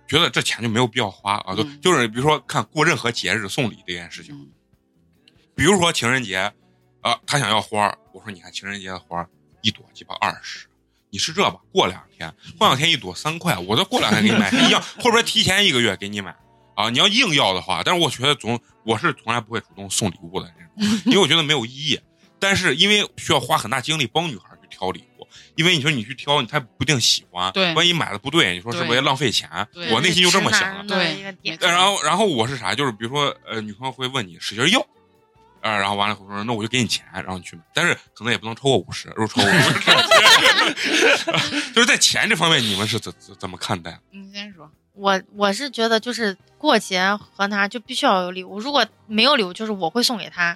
S2: 觉得这钱就没有必要花啊，就
S3: 嗯
S2: 就是比如说看过任何节日送礼这件事情，
S3: 嗯
S2: 比如说情人节，啊，他想要花儿，我说你看情人节的花儿一朵鸡巴二十，你是这吧，过两天，过两天一朵三块，我再过两天给你买一样，或者说提前一个月给你买啊。你要硬要的话，但是我觉得总我是从来不会主动送礼物的那种，因为我觉得没有意义。但是因为需要花很大精力帮女孩去挑礼物，因为你说你去挑，你她不一定喜欢，
S3: 对
S2: 万一买的不对，你说是不是
S3: 对
S2: 浪费钱
S3: 对？
S2: 我内心就这么想的。
S3: 对
S6: 一个点
S3: 没错
S2: 但然后然后我是啥？就是比如说呃，女朋友会问你使劲要，啊、然后完了以后说那我就给你钱，然后你去买，但是可能也不能超过五十，如果超过五十， 就是在钱这方面你们是怎怎怎么看待？
S3: 你先说，
S6: 我我是觉得就是过节和他就必须要有礼物，如果没有礼物，就是我会送给他，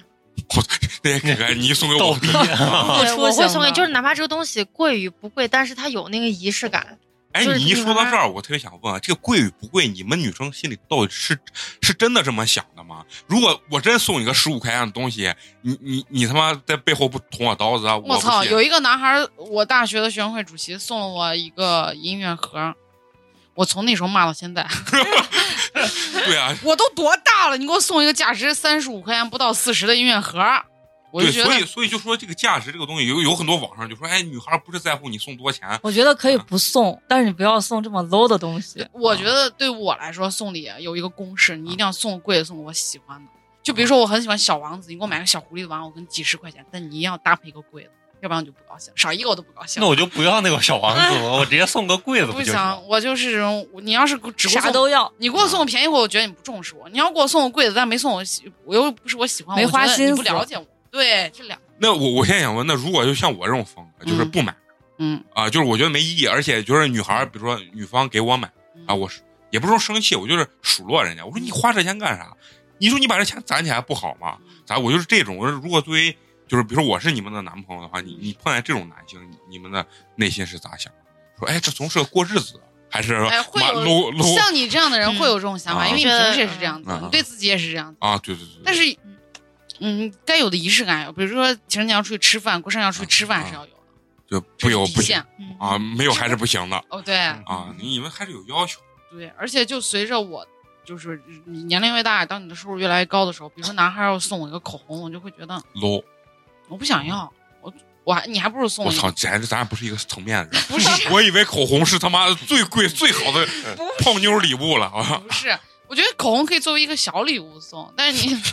S2: 我 那可爱，你送给我
S7: 逗逼 啊
S4: 付
S6: 对，
S4: 出
S6: 我会
S4: 型
S6: 送给，
S4: 的
S6: 就是哪怕这个东西贵与不贵，但是它有那个仪式感。
S2: 哎，
S6: 就是
S2: 你一说到
S6: 女
S2: 这
S6: 孩
S2: 儿，我特别想问啊，这个贵与不贵，你们女生心里到底是是真的这么想的吗？如果我真送你个十五块钱的东西，你你你他妈在背后不捅我刀子啊？
S3: 我
S2: 不
S3: 操，
S2: 信
S3: 有一个男孩儿，我大学的学生会主席送了我一个音乐盒，我从那时候骂到 现在，
S2: 对啊，
S3: 我都多大了，你给我送一个价值三十五块钱不到四十的音乐盒儿，我就
S2: 对，
S3: 觉
S2: 所以
S3: 得
S2: 所以就说这个价值这个东西，有有很多网上就说，哎，女孩不是在乎你送多钱，
S4: 我觉得可以不送，但是你不要送这么 low 的东西。
S3: 我觉得对我来说送礼有一个公式，你一定要送贵的，送我喜欢的。就比如说我很喜欢小王子，你给我买个小狐狸的玩偶，我跟几十块钱，但你一定要搭配一个贵的，要不然我就不高兴，少一个我都不高兴。
S7: 那我就不要那个小王子，我我直接送个柜子
S3: 不
S7: 就行了
S3: 想，？我就是这种，你要是只给我
S4: 啥
S3: 送
S4: 都要，
S3: 你给我送便宜货，我觉得你不重视我；你要给我送贵的，但没送我喜，我又不是我喜欢，
S4: 没
S3: 我觉
S4: 花
S3: 得
S4: 心
S3: 你不
S4: 思
S3: 了解我。对，这两个，
S2: 那我我现在想问，那如果就像我这种风格，就是
S3: 嗯
S2: 不买
S3: 嗯
S2: 啊、就是我觉得没意义，而且就是女孩，比如说女方给我买
S3: 嗯
S2: 啊，我是也不是说生气，我就是数落人家，我说你花这钱干啥？你说你把这钱攒起来不好吗？
S3: 嗯
S2: 咋？我就是这种，我说如果作为就是比如说我是你们的男朋友的话，你你碰见这种男性，你你们的内心是咋想的？说哎，这总是个过日子的，还是
S3: 哎，会
S2: 妈 low
S3: 有
S2: low
S3: 像你这样的人会有这种想法，
S2: 嗯
S3: 因为你
S6: 啊
S3: 平时也是这样子，
S2: 嗯
S3: 你对自己也是这样子。
S2: 啊？对对对对，
S3: 但是，嗯，该有的仪式感有，比如说情人节要出去吃饭，过生日要出去
S2: 嗯
S3: 吃饭是要有的，
S2: 就不
S3: 这是
S2: 有
S3: 底
S2: 不行
S3: 线。
S6: 嗯
S2: 啊，没有还是不行的
S3: 哦，对
S2: 啊，你们还是有要求。
S3: 对，而且就随着我。就是你年龄越大，当你的收入越来越高的时候，比如说男孩要送我一个口红，我就会觉得
S2: low，
S3: 我不想要，我我还你还不如送
S2: 嗯我
S3: 我一个
S2: 操，咱咱俩不是一个层面的人。
S3: 不是
S2: 我以为口红是他妈的最贵最好的泡妞礼物了啊！
S3: 不是，我觉得口红可以作为一个小礼物送，但是你你知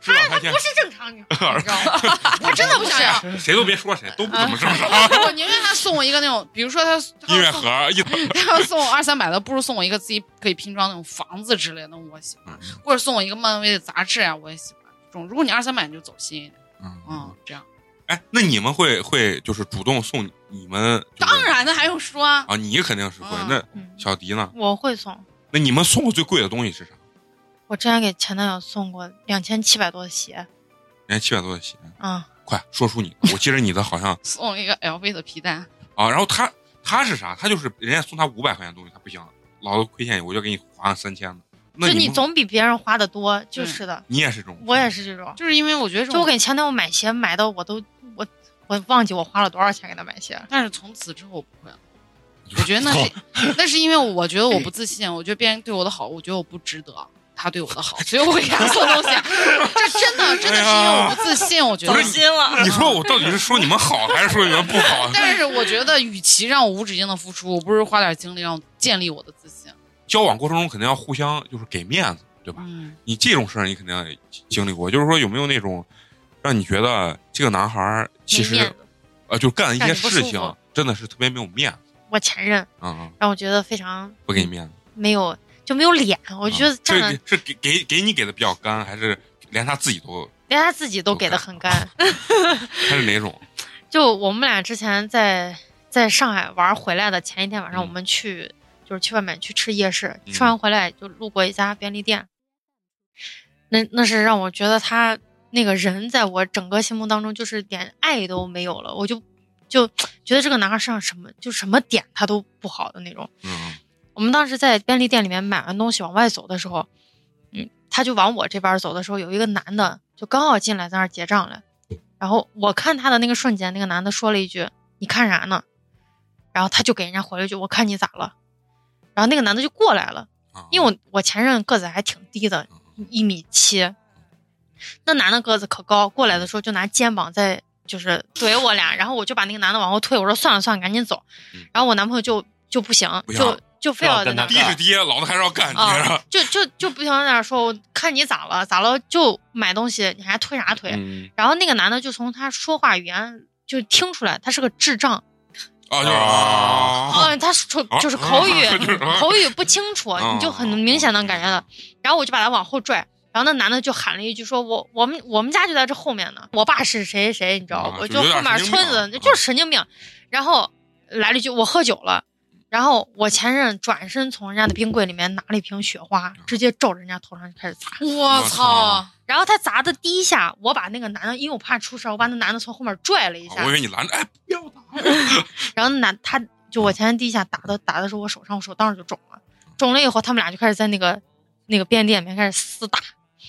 S2: 是吧？他现
S6: 不是正常女孩，
S3: 道吗？ 我真的不想要，
S2: 谁都别说谁，都不怎么
S3: 啊
S2: 正常。
S3: 我宁愿他送我一个那种，比如说他
S2: 啊
S3: 他
S2: 音乐
S3: 要
S2: 盒
S3: 送
S2: 一
S3: 他要送我二三百的，不如送我一个自己可以拼装那种房子之类的，我喜
S2: 嗯
S3: 欢，或者送我一个漫威的杂志啊，我也喜欢。这种如果你二三百，你就走心一点，
S2: 嗯
S3: 嗯，，这样。
S2: 哎，那你们会会就是主动送你们？就是
S3: 当然的，还用说啊？
S2: 啊，你肯定是会。
S3: 嗯
S2: 那
S6: 嗯
S2: 小迪呢？
S6: 我会送。
S2: 那你们送过最贵的东西是啥？
S6: 我之前给前男友送过两千七百多的鞋，
S2: 人家七百多的鞋，
S6: 啊、
S2: 快说出你的！我记着你的好像
S3: 送一个 LV 的皮带，
S2: 啊，然后他他是啥？他就是人家送他五百块钱的东西，他不行，老子亏欠你，我就给你还三千的。那
S6: 就
S2: 你
S6: 你
S2: 们
S6: 总比别人花的多，就是的。
S2: 你也是这种？
S6: 我也是这种，
S3: 就是因为我觉得这
S6: 就我
S3: 种，
S6: 给前男友买鞋买的，我都我我忘记我花了多少钱给他买鞋。
S3: 但是从此之后我不会了。我觉得那是 那是因为我觉得我不自信，我觉得别人对我的好，我觉得我不值得他对我的好，所以我会给他送东 西。这真的真的是因为哎我不自信，我觉
S4: 走
S3: 得。
S4: 心了。
S2: 你说我到底是说你们好还是说你们不好？
S3: 但是我觉得，与其让我无止境的付出，我不如花点精力让我建立我的自信。
S2: 交往过程中肯定要互相就是给面子，对吧？
S3: 嗯，
S2: 你这种事儿你肯定也经历过，就是说有没有那种让你觉得这个男孩儿其
S6: 没
S2: 实
S6: 面子
S2: 呃就干一些
S6: 让你不
S2: 事
S6: 舒
S2: 情
S6: 服
S2: 真的是特别没有面子，
S6: 我前任
S2: 嗯，嗯
S6: 让我觉得非常
S2: 不给你面子。
S6: 没有就没有脸，我
S2: 我
S6: 觉得站的、
S2: 是给给给你给的比较干，还是连他自己都
S6: 连他自己都给的很干。
S2: 还是哪种？
S6: 就我们俩之前在在上海玩回来的前一天晚上，
S2: 嗯
S6: 我们去就是去外面去吃夜市，
S2: 嗯
S6: 吃完回来就路过一家便利店，那那是让我觉得他那个人在我整个心目当中就是连爱都没有了，我就就觉得这个男孩身上什么就什么点他都不好的那种。
S2: 嗯，
S6: 我们当时在便利店里面买完东西往外走的时候，嗯，他就往我这边走的时候，有一个男的就刚好进来在那儿结账来，然后我看他的那个瞬间，那个男的说了一句：“你看啥呢？”然后他就给人家回了一句：“我看你咋了。”然后那个男的就过来了，
S2: 嗯
S6: 因为我我前任个子还挺低的，一米七，那男的个子可高，过来的时候就拿肩膀在就是怼我俩，然后我就把那个男的往后推，我说算了算了，赶紧走
S2: 嗯。
S6: 然后我男朋友就就不行，
S2: 不要
S6: 就就非要在那
S7: 不
S2: 爹
S7: 要跟他
S2: 是爹，老子还是要干，你
S6: 啊
S2: 知道？
S6: 就就就不停地在那说，我看你咋了咋了，就买东西，你还推啥推？
S2: 嗯
S6: 然后那个男的就从他说话语言就听出来他是个智障，
S2: 啊，就是
S6: 啊，
S2: 啊，
S6: 他说
S2: 啊
S6: 就是口语
S2: 啊就是啊
S6: 口语不清楚，
S2: 啊
S6: 你就很明显能感觉到。然后我就把他往后拽，然后那男的就喊了一句说：“我我们我们家就在这后面呢，我爸是谁谁谁，你知道
S2: 啊，
S6: 我
S2: 就有点
S6: 后面
S2: 神经病
S6: 村子
S2: 啊
S6: 就是神经病。”然后来了一句：“我喝酒了。”然后我前任转身从人家的冰柜里面拿了一瓶雪
S2: 啊
S6: 花，直接照着人家头上就开始砸。
S3: 我
S2: 操
S3: 操！
S6: 然后他砸的第一下，我把那个男的，因为我怕出事儿，我把那男的从后面拽了一下
S2: 我以，为你拦着，哎，不要打，
S6: 然后那他就
S2: 嗯
S6: 我前任第一下打的打的是我手上，我手当时就肿了，肿了以后他们俩就开始在那个那个便利店里面开始厮打，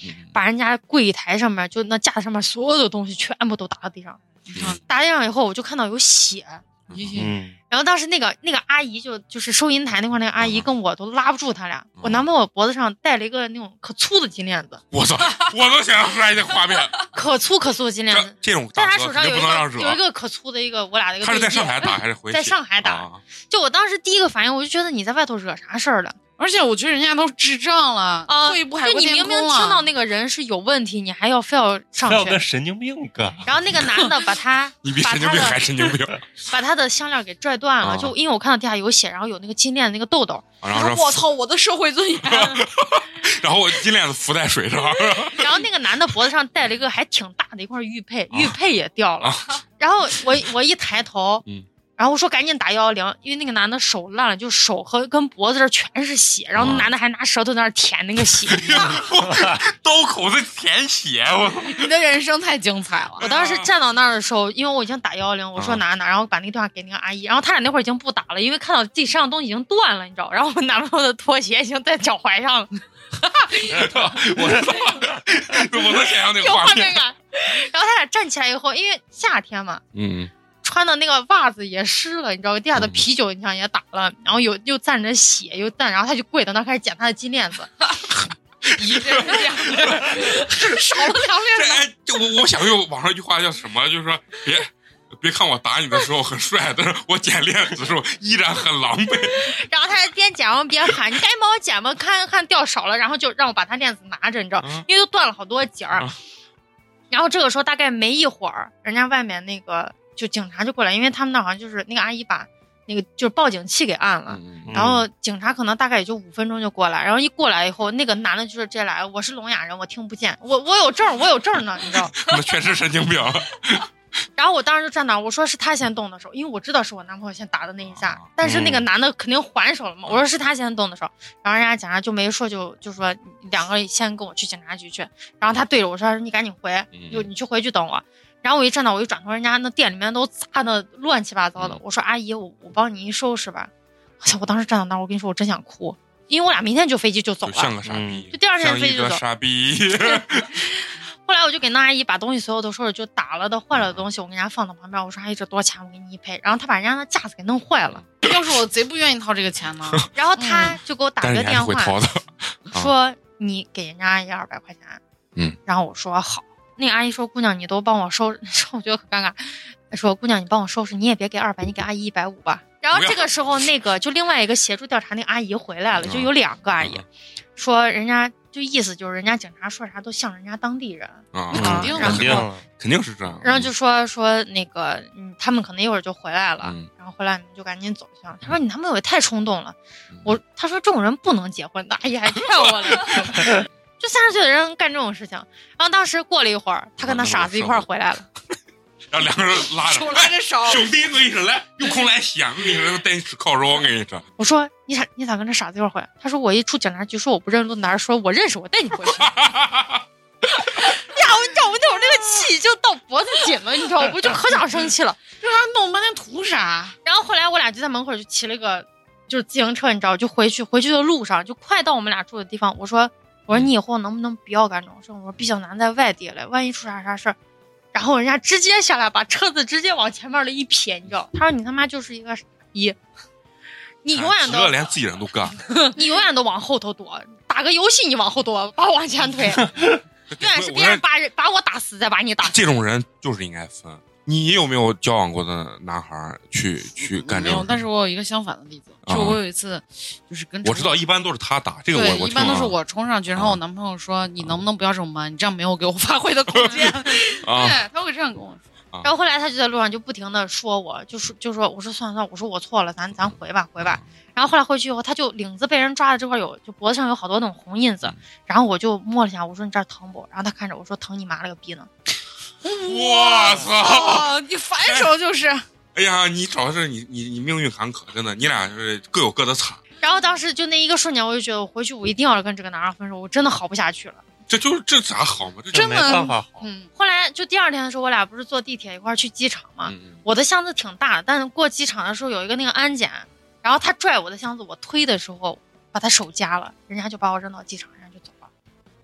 S2: 嗯
S6: 把人家柜台上面就那架子上面所有的东西全部都打到地上，
S2: 嗯
S6: 打地上以后我就看到有血，
S7: 嗯，
S6: 然后当时那个那个阿姨就就是收银台那块那个阿姨
S2: 嗯
S6: 跟我都拉不住他俩，我
S2: 嗯
S6: 男朋友脖子上戴了一个那种可粗的金链子，
S2: 我操，我都想象出来这画面，
S6: 可粗可粗的金链
S2: 这
S6: 子，
S2: 这种
S6: 在
S2: 大
S6: 他
S2: 哥
S6: 手
S2: 肯
S6: 上
S2: 定
S6: 有
S2: 不
S6: 一
S2: 能让
S6: 个有一
S2: 惹。
S6: 个可粗的一个我俩的一个
S2: 他是在
S6: 对
S2: 上
S6: 戒
S2: 海打还是回去？
S6: 在上海打
S2: 啊
S6: 就我当时第一个反应我就觉得你在外头惹啥事儿了。
S3: 而且我觉得人家都智障了，
S6: 啊，
S3: 退一步海
S6: 就
S3: 阔
S6: 你
S3: 天
S6: 明
S3: 空啊
S6: 明
S3: 了。
S6: 听到那个人是有问题，你还要非要上
S7: 还有跟
S6: 去。
S7: 神经病干，
S6: 然后那个男的把他
S2: 你比
S6: 把
S2: 神经
S6: 他
S2: 病还
S6: 的
S2: 神经 病。
S6: 把他的项链给拽断了，
S2: 啊
S6: 就因为我看到地下有血，然后有那个金链的那个 痘痘，
S2: 然后说，
S3: 我操，我的社会尊严！啊
S2: 然后我金链子浮在水上，
S6: 然后那个男的脖子上戴了一个还挺大的一块玉佩，
S2: 啊
S6: 玉佩也掉了。然后我我一抬头
S2: 嗯，
S6: 然后我说赶紧打幺幺零，因为那个男的手烂了，就手和跟脖子这儿全是血，然后那
S2: 啊
S6: 男的还拿舌头在那儿舔那个 血。
S2: 刀口在舔血，我操！
S3: 你的人生太精彩了。
S6: 我当时站到那儿的时候，因为我已经打幺幺零，我说
S2: 嗯
S6: 哪哪，然后把那个电话给那个阿姨，然后他俩那会儿已经不打了，因为看到自己身上的东西已经断了，你知道，然后我男朋友的拖鞋已经在脚踝上了，
S2: 我操！我能想象那个
S6: 有
S2: 画
S6: 画
S2: 面
S6: 面。感。然后他俩站起来以后，因为夏天嘛，
S2: 嗯，
S6: 穿的那个袜子也湿了，你知道，地下的啤酒你想也打了，然后有又沾着血又淡，然后他就跪到那儿开始捡他的金链子，一个两个，少了两
S2: 这
S6: 链子。
S2: 哎，这我我想用网上一句话叫什么？就是说别。别看我打你的时候很帅，但是我捡链子的时候依然很狼狈。
S6: 然后他还边捡然后边喊：“你赶紧帮我捡吧，看看掉少了。”然后就让我把他链子拿着，你知道，
S2: 嗯
S6: 因为都断了好多节儿
S2: 啊。
S6: 然后这个时候大概没一会儿，人家外面那个就警察就过来，因为他们那好像就是那个阿姨把那个就是报警器给按了。
S2: 嗯
S6: 然后警察可能大概也就五分钟就过来，然后一过来以后，那个男的就是这来，我是聋哑人，我听不见，我我有证，我有证呢，你知道？
S2: 那确实神经 病。
S6: 然后我当时就站那儿，我说是他先动的手，因为我知道是我男朋友先打的那一下
S2: 啊，
S6: 但是那个男的肯定还手了嘛。我说是他先动的手，然后人家警察就没说，就就说两个先跟我去警察局去。然后他对着我说：“你赶紧回，
S2: 嗯
S6: 就你去回去等我。”然后我一站到，我一转头，人家那店里面都砸的乱七八糟的
S2: 嗯。
S6: 我说：“阿姨，我我帮您收拾吧。”哎呀，我当时站到那儿，我跟你说，我真想哭，因为我俩明天就飞机就走
S2: 就
S6: 了，
S2: 像个傻逼
S6: 就，第二天
S2: 像
S6: 飞
S2: 一
S6: 机就
S2: 个
S6: 走。
S2: 傻逼。
S6: 后来我就给那阿姨把东西所有都收拾，就打了的、坏了的东西，我给人家放到旁边。我说阿姨，这多少钱？我给你一赔。然后她把人家那架子给弄坏了，嗯
S3: 要是我贼不愿意掏这个 钱呢？
S6: 然后她就给我打
S2: 但
S6: 了
S2: 是
S6: 个
S2: 你还是
S6: 电
S2: 会
S6: 话，
S2: 逃的。啊
S6: 说你给人家阿姨二百块钱。
S2: 嗯，
S6: 然后我说好。那个阿姨说：“姑娘，你都帮我收拾， 我觉得可尴尬。说姑娘，你帮我收拾，你也别给二百，你给阿姨一百五吧。”然后
S2: 不要
S6: 这个时候，那个就另外一个协助调查那个阿姨回来了，
S2: 嗯
S6: 就有两个阿姨，说人家就意思就是人家警察说啥都像人家当地人，
S2: 啊，
S3: 那肯定
S6: 然
S7: 肯
S6: 后
S7: 定了，
S2: 肯定是这样。嗯
S6: 然后就说说那个，嗯，他们可能一会儿就回来了，
S2: 嗯
S6: 然后回来你们就赶紧走就行了。他说你男朋友也太冲动了，
S2: 嗯
S6: 我他说这种人不能结婚的，哎呀，还骗 我了，就三十岁的人干这种事情。然后当时过了一会儿，他跟他傻子一块儿回来了，
S2: 然后两个人拉着，
S3: 手拉着手，
S2: 哎兄弟，我跟你说，来，有空来西安，我跟你说，带你吃烤肉，我跟你说，
S6: 我说你咋你咋跟这傻子一块儿回来？他说我一出警察局说我不认路哪儿，说我认识我带你回去。 呀，我你知道我那会儿那个气就到脖子紧了，你知道，我就可想生气了。
S3: 这还弄半天图啥？
S6: 然后后来我俩就在门口就骑了个就是自行车，你知道，就回去回去的路上，就快到我们俩住的地方，我说我
S2: 嗯
S6: 说你以后能不能不要干这种事？我说毕竟咱在外地嘞，万一出啥啥事儿。然后人家直接下来把车子直接往前面的一撇，你知道？他说你他妈就是一个傻逼，你永远
S2: 极恶
S6: 都
S2: 哎连自己人都干，
S6: 你永远都往后头躲，打个游戏你往后躲，把我往 前推，永远是别人把人把我打死再把你打死。
S2: 这种人就是应该分。你有没有交往过的男孩儿去去干这
S3: 没
S2: 种
S3: 有
S2: 事？，
S3: 但是我有一个相反的例子，
S2: 啊
S3: 就我有一次就是跟
S2: 我知道
S3: 一
S2: 一般都是他打这个
S3: 对
S2: 我，我
S3: 一般
S2: 听啊
S3: 都是
S2: 了
S3: 我冲上去，然后我男朋友说：“你能不能不要这么忙？你这样没有给我发挥的空间。”
S7: 哎
S2: 啊啊
S3: 对，他会这样跟我说。
S6: 然后后来他就在路上就不停的说我，就说就说我说算了算了，我说我错了，咱咱回吧回吧。然后后来回去以后，他就领子被人抓的这块有，就脖子上有好多那种红印子。然后我就摸了一下，我说你这儿疼不？然后他看着我说疼你妈了个逼呢。
S2: 我 操！
S3: 哦，你反手就是，
S2: 哎呀，你主要是你你你命运坎坷，真的，你俩是各有各的惨，
S6: 然后当时就那一个瞬间，我就觉得我回去我一定要跟这个男孩分手，我真的好不下去了。
S2: 这就是这咋好嘛？这就
S3: 真
S7: 没
S3: 的
S7: 办法好。
S3: 嗯，
S6: 后来就第二天的时候，我俩不是坐地铁一块儿去机场嘛。
S2: 嗯嗯
S6: 我的箱子挺大的，但是过机场的时候有一个那个安检，然后他拽我的箱子，我推的时候把他手夹了，人家就把我扔到机场，人家就走了。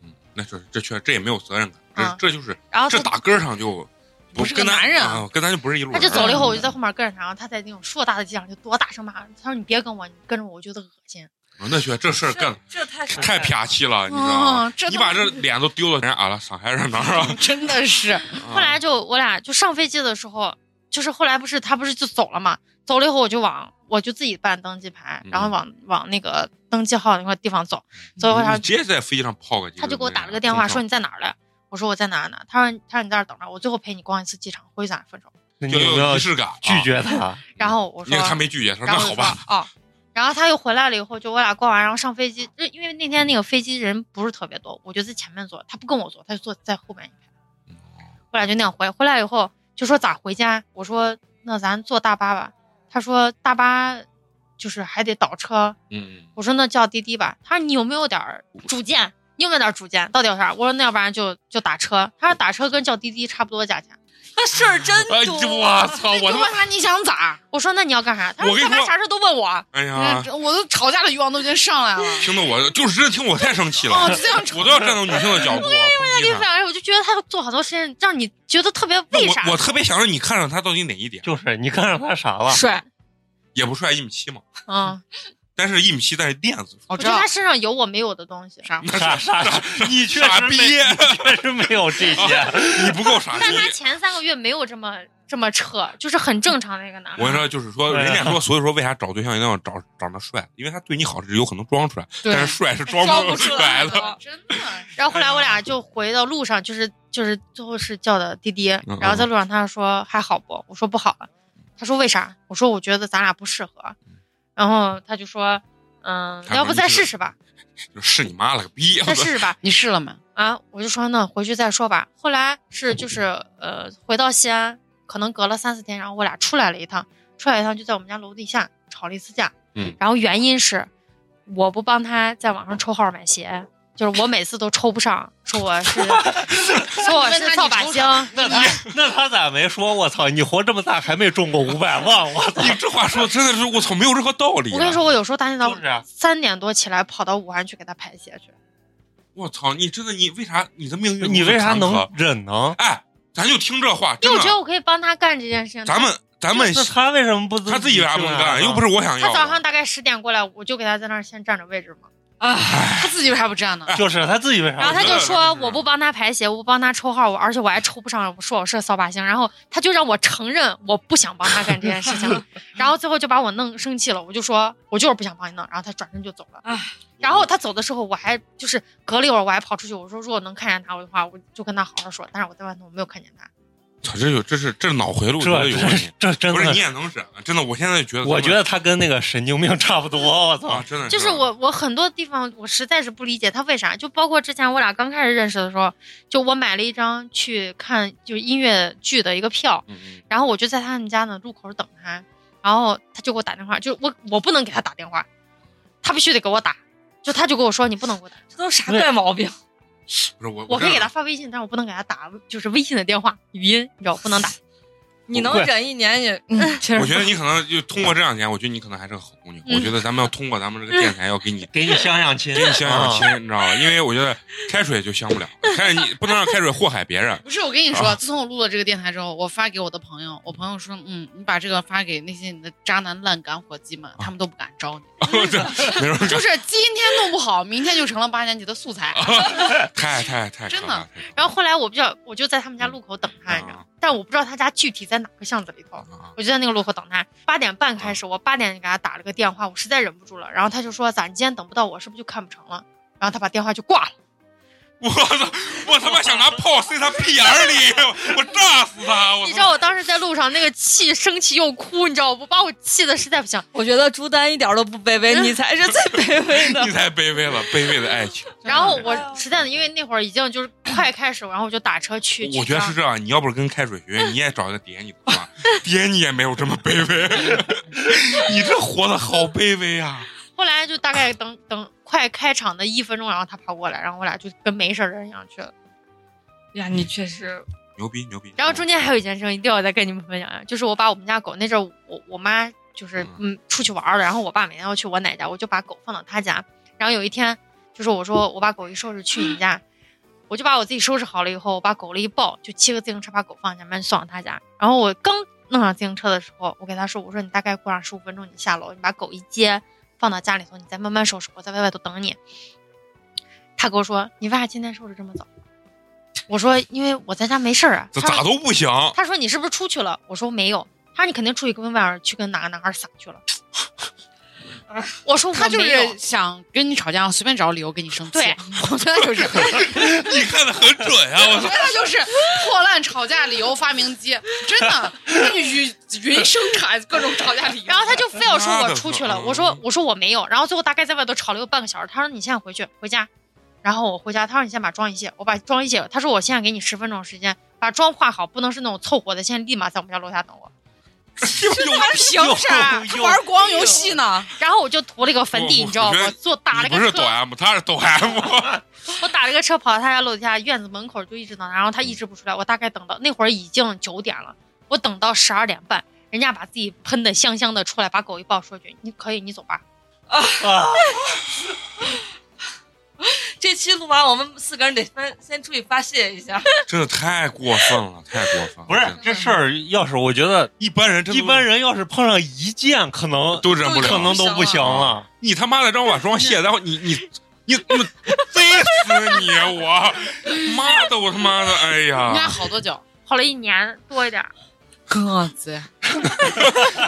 S2: 嗯，那确实这确这也没有责任感，这、
S6: 啊
S2: 这就是
S6: 然后
S2: 这
S6: 他
S2: 打根儿上就
S3: 不是个
S2: 跟咱
S3: 男人
S2: 啊，跟咱就不是一路
S6: 他
S2: 人。
S6: 就走了以后，我就在后面跟着他，然后他在那种硕大的机场就多大声骂，他说你别跟我，你跟着我我觉得恶心。
S2: 嗯那确实这事儿干得
S4: 这太伤
S2: 太
S4: 害了
S2: 啪气了，你知道吗？
S3: 哦，真
S2: 你
S3: 的
S2: 把这脸都丢到人家俺了上海上哪儿啊？
S3: 真的是，
S6: 后
S2: 嗯
S6: 来就我俩就上飞机的时候，就是后来不是他不是就走了嘛，走了以后我就往我就自己办登机牌，然后
S2: 嗯
S6: 往往那个登记号那块地方走，走一会儿
S2: 你
S6: 他
S2: 你直接在飞机上泡个几啊
S6: 他就给我打了个电话，说你在哪儿嘞？我说我在哪儿呢？他说他说你在这儿等着，我最后陪你逛一次机场，回去咱俩分手。
S7: 那你
S2: 就
S7: 有没
S2: 有
S7: 有
S2: 仪式感，
S7: 拒绝他？
S6: 然后我
S2: 啊。
S6: 说
S2: 那个他没拒绝，他说
S6: 然
S2: 那
S6: 后
S2: 好
S6: 我就
S2: 吧，
S6: 说哦。然后他又回来了以后，就我俩逛完，然后上飞机，就因为那天那个飞机人不是特别多，我就在前面坐，他不跟我坐，他就坐在后面一
S2: 哦
S6: 排。我俩就那样回，回来以后就说咋回家？我说那咱坐大巴吧。他说大巴就是还得倒车。
S2: 嗯，
S6: 我说那叫滴滴吧。他说你有没有点儿主见？你有没有点儿主见？到底有啥？我说那要不然就就打车。他说打车跟叫滴滴差不多价钱。
S4: 他事儿真
S2: 哎，
S4: 多。
S2: 这我操，我他妈，
S3: 问他你想咋？
S6: 我说那你要干啥？他说
S2: 我跟
S6: 干
S2: 你说
S6: 嘛啥事都问我。
S2: 哎呀，
S3: 我都吵架的欲望都已经上来了。
S2: 听得我就是真的听我太生气了，
S3: 哦，这样吵
S2: 我都要站到女性的角度。抨击
S6: 对
S2: 她
S6: 反哎正我就觉得他做很多事情让你觉得特别
S2: 那
S6: 为啥？
S2: 我我特别想让你看上他到底哪一点，
S7: 就是你看上他啥了？
S3: 帅，
S2: 也不帅，一米七嘛，
S6: 嗯，
S2: 但是一米七，但是链子粗。
S3: 我
S6: 我觉得他身上有我没有的东西。
S3: 啥？
S7: 傻傻， 你确实
S2: 傻
S7: 没
S2: 逼， 啊
S7: 确实没有这些。
S2: 你不够傻逼
S6: 但。他前三个月没有这么这么扯，就是很正常的一个男
S2: 我跟你
S6: 孩。
S2: 说，就是说，
S7: 对啊
S2: 人家说，所以说为啥找对象一定要找长得帅？因为他对你好是有可能装出来，
S3: 对
S2: 但是帅是装
S4: 装
S2: 不
S4: 不出
S2: 来
S4: 来的
S2: 的。
S3: 真的是，
S6: 哦然后后来我俩就回到路上，就是就是最后是叫的滴滴
S2: 嗯，
S6: 然后在路上他说还好不？我说不好了。他说为啥？我说我觉得咱俩不适合。然后他就说，嗯，
S2: 他说
S6: 要不再
S2: 你是
S6: 试试吧，
S2: 是你妈了个 逼！啊
S6: 再试试吧。
S3: 你试了没？
S6: 啊，我就说那回去再说吧。后来是就是呃，回到西安，可能隔了三四天，然后我俩出来了一趟，出来一趟就在我们家楼底下吵了一次架。
S2: 嗯，
S6: 然后原因是我不帮他在网上抽号买鞋，就是我每次都抽不上，说 我是说我是扫把星，
S7: 那他那他咋没说？我操！你活这么大还没中过五百万？我 操！
S2: 你这话说的真的是我操，没有任何道理。啊
S6: 我跟你说，，我有时候大清早
S7: 就是啊
S6: 三点多起来跑到武汉去给他拍鞋去。
S2: 我操，你真的你为啥你的命运
S7: 你为啥
S2: 如此坎坷
S7: 能？忍呢？
S2: 哎，咱就听这话，
S6: 因
S7: 啊
S2: 真
S6: 为我觉得
S2: 的，
S6: 我可以帮他干这件事情。
S2: 咱们咱们
S7: 那他为什么不
S2: 他自己为啥不能干？又不
S7: 是
S2: 是我想要
S6: 啊他
S2: 的。
S6: 早上大概十点过来，我就给他在那儿先占着位置嘛。
S3: 啊他自己为啥不站呢？
S7: 就是他自己为啥不干？
S6: 然后他就
S2: 我
S6: 说
S2: 知道
S6: 我不帮他排鞋，我不帮他抽号，我而且我还抽不上，我说我是扫把星。然后他就让我承认我不想帮他干这件事 情，然后最后就把我弄生气了。我就说我就是不想帮你弄，然后他转身就走了
S4: 唉。
S6: 然后他走的时候，我还就是隔了一会儿，我还跑出去，我说如果能看见他的话，我就跟他好好说。但是我在外头我没有看见他，操
S2: 操，这有这是这脑回路，觉得
S7: 这
S2: 有问题
S7: 这。这真
S2: 不是
S7: 的
S2: 你，也能忍，真的，我现在觉得，
S7: 我觉得他跟那个神经病差不多。我
S2: 啊
S7: 操，！
S2: 真的
S6: 嗯就是我我很多地方我实在是不理解他为啥，就包括之前我俩刚开始认识的时候，就我买了一张去看就音乐剧的一个票，
S2: 嗯，嗯
S6: 然后我就在他们家呢路口等他，然后他就给我打电话，就我我不能给他打电话，他必须得给我打，就他就跟我说你不能给我打，
S4: 这都啥怪 毛病？
S2: 不是我，
S6: 我可以给他
S2: 他
S6: 发微信，但是我不能给他打，就是微信的电话语音，你知道不能打。
S4: 你能
S7: 怪
S4: 忍一年也，嗯确实
S2: 我觉得你可能就通过这两年，我觉得你可能还是个好姑娘。
S6: 嗯
S2: 我觉得咱们要通过咱们这个电台，要给你
S7: 给你相相亲，给 啊
S2: 给你相
S6: 哦
S2: 相亲，你知道吧？因为我觉得开水就相不了，开水你不能让开水祸害别 人。
S3: 不是，我跟你
S2: 啊
S3: 说，自从我录了这个电台之后，我发给我的
S2: 啊
S3: 朋友，我朋友说，嗯，你把这个发给那些你的渣男烂杆伙计们，他们都不敢招你。
S2: 我这没 人
S3: 就
S2: 干，
S3: 是今天弄不好，明天就成了八年级的 素材。
S2: 哦太太太
S3: 真
S2: 可怕了太可
S3: 的
S2: 怕了
S6: 然后后来我比较，我就在他们家路口等他，你知道吗，但我不知道他家具体在哪个巷子里头，
S2: 啊
S6: 我就在那个路口等他。八点半开始，我八点给他打了个电话，我实在忍不住了，然后他就说：“咋你今天等不到我，是不是就看不成了？”然后他把电话就挂了。
S2: 我操！我他妈想拿炮塞他屁眼儿里，我炸死他！我
S6: 你知道我当时在路上那个气生气又哭，你知道我不把我气的实在不行。
S4: 我觉得朱丹一点都不卑
S3: 嗯
S4: 微，你才是最卑微
S2: 操
S4: 的
S2: 你。才卑微了，卑微的爱情。
S6: 然后
S4: 哎呦
S6: 我实在的，因为那会儿已经就是快开始，然后我就打车去。
S2: 我
S6: 去
S2: 觉得
S6: 趟
S2: 是这样，你要不是跟开水学院，你也找一个点你的话， 点你也没有这么卑微。 你这活的好卑微啊！
S6: 后来就大概等等快开场的一分钟，然后他跑过来，然后我俩就跟没事儿人一样去了。
S4: 呀，你确实，
S2: 牛逼牛逼！
S6: 然后中间还有一件事，一定要再跟你们分享一下，就是我把我们家狗那阵儿，我我妈就是嗯出去玩儿了，然后我爸每天要去我奶家，我就把狗放到他家。然后有一天，就是我说我把狗一收拾去你家，我就把我自己收拾好了以后，我把狗了一抱，就骑个自行车把狗放前面送到他家。然后我刚弄上自行车的时候，我给他说，我说你大概过上十五分钟你下楼，你把狗一接放到家里头，你再慢慢收拾，我在外外头等你。他跟我说：“你为啥今天收拾这么早？”我说：“因为我在家没事儿啊。”
S2: 这
S6: 他说
S2: 咋都不行，
S6: 他说你是不是出去了？我说没有。他说你肯定出去跟外面去跟哪个男孩撒去了。 我说
S3: 他
S6: 我
S3: 就
S6: 没有
S3: 是想跟你吵架，随便找理由跟你生气。
S6: 对，
S3: 我觉得 就是，
S2: 你看的很准啊！
S3: 我
S2: 我操，
S3: 觉 得就是破烂吵架理由发明机，真的，就是云云生产各种吵架理由。
S6: 然后他就非要说
S2: 妈
S6: 我
S2: 的嗯
S6: 出去
S2: 说
S6: 了，我说我说我没有。然后最后大概在外头吵了有半个小时，他说你现在回去回家。然后我回家，他说你先把妆一卸，我把妆一卸。他说我现在给你十分钟时间把妆化好，不能是那种凑合的，现在立马在我们家楼下等我。
S2: 他
S3: 凭啥？
S2: 哎
S3: 他玩
S4: 哎
S3: 光游戏呢？
S6: 然后我就涂了一个粉底，
S2: 我
S6: 你知道
S2: 我觉
S6: 吗
S2: 得？
S6: 做打了
S2: 你
S6: 个
S2: 不是
S6: 车，
S2: 抖 M，他是抖 M。
S6: 我打了个车跑到他家楼底下院子门口就一直等，然后他一直不出来。我大概等到那会儿已经九点了，我等到十二点半，人家把自己喷的香香的出来，把狗一抱，说句你可以，你走吧。
S4: 这期录完，我们四个人得分先出去发泄一 下。
S2: 真的太过分了，太过分了！
S7: 不是
S2: 真的
S7: 这事儿，要是我觉得
S2: 一般人真的
S7: 一
S2: 都
S7: 般人要是碰上一件，可能
S2: 都忍不了
S7: 可能都不啊行了。
S2: 你他妈的让我把妆卸，然后你你你我贼死你！我妈的，我他妈的，哎
S3: 你俩
S2: 呀，
S3: 好多脚，
S6: 跑了一年多一点，
S3: 个子。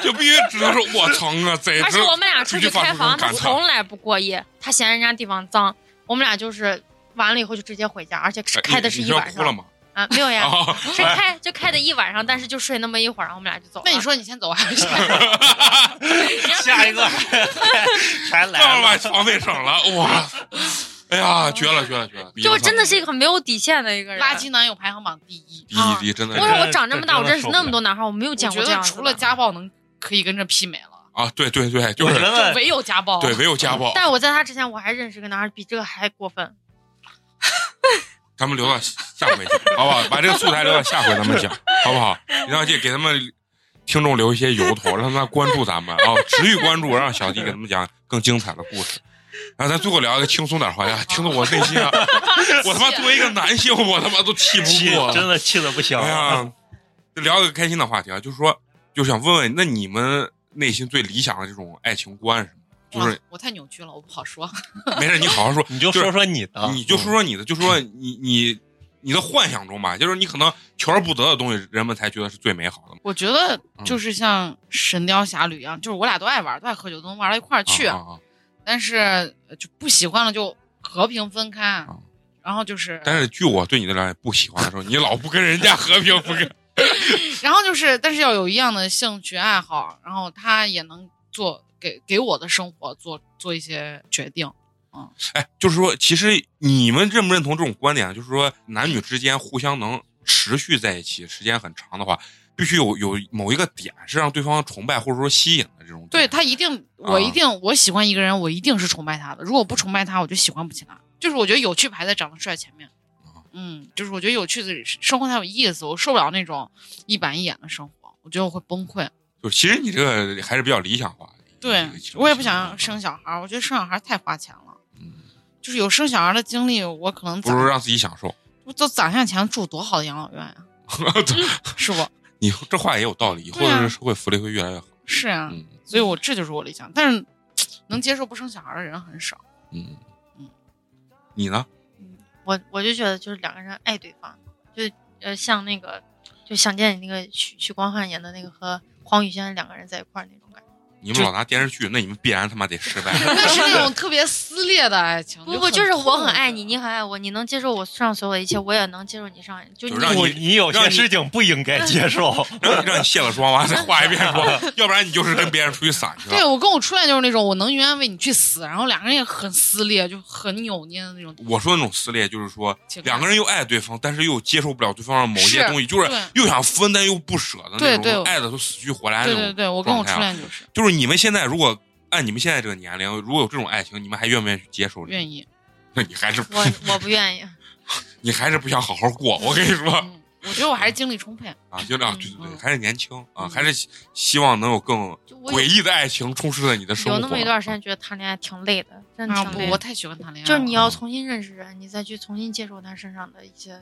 S2: 就必须只能说我疼啊，贼
S6: 而且
S2: 疼！
S6: 我们俩出去开房，
S2: 出去发出这种
S6: 他
S2: 感叹
S6: 从来不过夜，他嫌人家地方脏，我们俩就是完了以后就直接回家，而且是
S2: 哎
S6: 开的是
S2: 你
S6: 一
S2: 你要
S6: 晚
S2: 哭了
S6: 上
S2: 吗？
S6: 啊，没有呀，
S2: 啊，
S6: 是开就开的一晚上，但是就睡那么一会儿，然后我们俩就走了。
S3: 那你说你先走 还是先？
S7: 下一个还
S2: 这样
S7: 来
S2: 把
S7: 了，
S2: 房费省了，哇！哎呀，绝了绝了绝了！
S6: 就真的是一个很没有底线的一个人，
S3: 垃圾男友排行榜第一。
S2: 第一滴，真的
S6: 我
S2: 是
S6: 说我长这么大，
S7: 这
S6: 我
S7: 真的
S6: 认识那么多男孩，我没有啊见
S3: 我
S6: 过
S3: 觉
S6: 这
S3: 得
S6: 样子的。
S3: 除了家暴能可以跟这媲美了，
S2: 啊，对对对，就
S7: 我觉
S2: 是
S3: 就
S7: 得
S3: 唯有家暴。
S2: 对，唯有家 暴。
S6: 但我在他之前，我还认识个男孩，比这个还过分。
S2: 咱们留到下回讲， 好不好？把这个素材留到下回咱 们讲，好不好？然后就给他们听众留一些由头，让他们关注咱们啊、 持续关注，让小弟给他们讲更精彩的故事。然后咱最后聊一个轻松点的话题，啊听得我内 心啊，我他妈作为一个男性，我他妈都气
S7: 气
S2: 不过，
S7: 真的气的不行
S2: 哎。呀，聊一个开心的话题啊，就是说，就想问问，那你们内心最理想的这种爱情观是什么？就
S3: 哇
S2: 是
S3: 我太扭曲了，我不好说。
S2: 没事，你好好说，
S7: 你就
S2: 就是
S7: 说说你的，嗯
S2: 你就说说你的，就说你你你的幻想中吧，就是你可能求而不得的东西，人们才觉得是最美好的嘛。
S3: 我觉得
S2: 嗯
S3: 就是像《神雕侠侣》一样，就是我俩都爱玩，都爱喝酒，都能玩到一块儿去。
S2: 啊啊啊
S3: 但是呃就不喜欢了就和平分开，
S2: 啊
S3: 然后就是，
S2: 但是据我对你的了解，不喜欢的时候，你老不跟人家和平，不跟
S3: 然后就是，但是要有一样的兴趣爱好，然后他也能做给给我的生活做做一些决定。
S2: 哎，就是说，其实你们认不认同这种观点啊？就是说，男女之间互相能持续在一起时间很长的话，必须有有某一个点是让对方崇拜或者说吸引的这种点。
S3: 对他一定，我
S2: 啊
S3: 一定，我喜欢一个人，我一定是崇拜他的。如果不崇拜他，我就喜欢不起来。就是我觉得有趣排在长得帅前面
S2: 啊。
S3: 嗯，就是我觉得有趣的生活才有意思，我受不了那种一板一眼的生活，我觉得我会崩溃。
S2: 就是其实你这个还是比较理想化的一个。
S3: 对
S2: 一个情，况
S3: 我也不
S2: 啊
S3: 想生小孩儿，我觉得生小孩儿太花钱了。
S2: 嗯
S3: 就是有生小孩儿的经历，我可能
S2: 不如
S3: 攒，
S2: 让自己享受。
S3: 我都攒下钱住多好的养老院 呀、是不？
S2: 你这话也有道理，以后
S3: 对啊
S2: 的社会福利会越来越好。
S3: 是啊，
S2: 嗯，
S3: 所以我这就是我理想。但是能接受不生小孩的人很少。
S2: 嗯，你呢？
S6: 我我就觉得就是两个人爱对方，就呃像那个就想见你那个许许光汉演的那个和黄雨萱两个人在一块儿那种感觉。
S2: 你们老拿电视剧，那你们必然他妈得失败。
S3: 那是那种特别撕裂的爱情。
S8: 不不，就是
S3: 痛
S8: 我很爱
S3: 苦
S8: 你，你很爱我，你能接受我上所有的一切，我也能接受你上，就
S2: 就
S8: 你
S2: 让
S7: 不
S2: 你
S7: 你有
S2: 让
S7: 些
S2: 你
S7: 事情不应该接受。
S2: 让你让你卸了妆，完了再画一遍 妆，要不然你就是跟别人出去撒去
S3: 对
S2: 了。
S3: 我跟我初恋就是那种，我能永远为你去死，然后两个人也很撕裂，就很扭捏的那种。
S2: 我说的那种撕裂，就是说
S3: 情感
S2: 两个人又爱对方，但是又接受不了对方的某些
S3: 是
S2: 东西，就是
S3: 对
S2: 又想分但又不舍的那
S3: 对对
S2: 种，爱的都死去活来那
S3: 对
S2: 种
S3: 对对，我跟我
S2: 状态
S3: 初
S2: 啊
S3: 恋就是
S2: 就是你们现在如果按你们现在这个年龄，如果有这种爱情，你们还愿不愿意去接受？
S3: 愿意。
S2: 那你还是不
S8: 我我不愿 意。
S2: 你还是不想好好过。我跟你说
S3: 嗯，我觉得我还是精力充沛。
S2: 啊，就俩
S8: 嗯
S2: 对对对，
S3: 嗯
S2: 还是年轻啊，
S3: 嗯
S2: 还是希希望能有更
S8: 就我有
S2: 诡异的爱情充斥在你的生活。
S8: 有那么一段时间觉得谈恋爱挺累的，真的
S3: 啊
S8: 挺
S3: 不
S8: 累，的。
S3: 我太喜欢谈恋爱
S8: 就
S3: 了。
S8: 是你
S6: 啊
S8: 要重新认识人，你再去重新接受他身上的一些，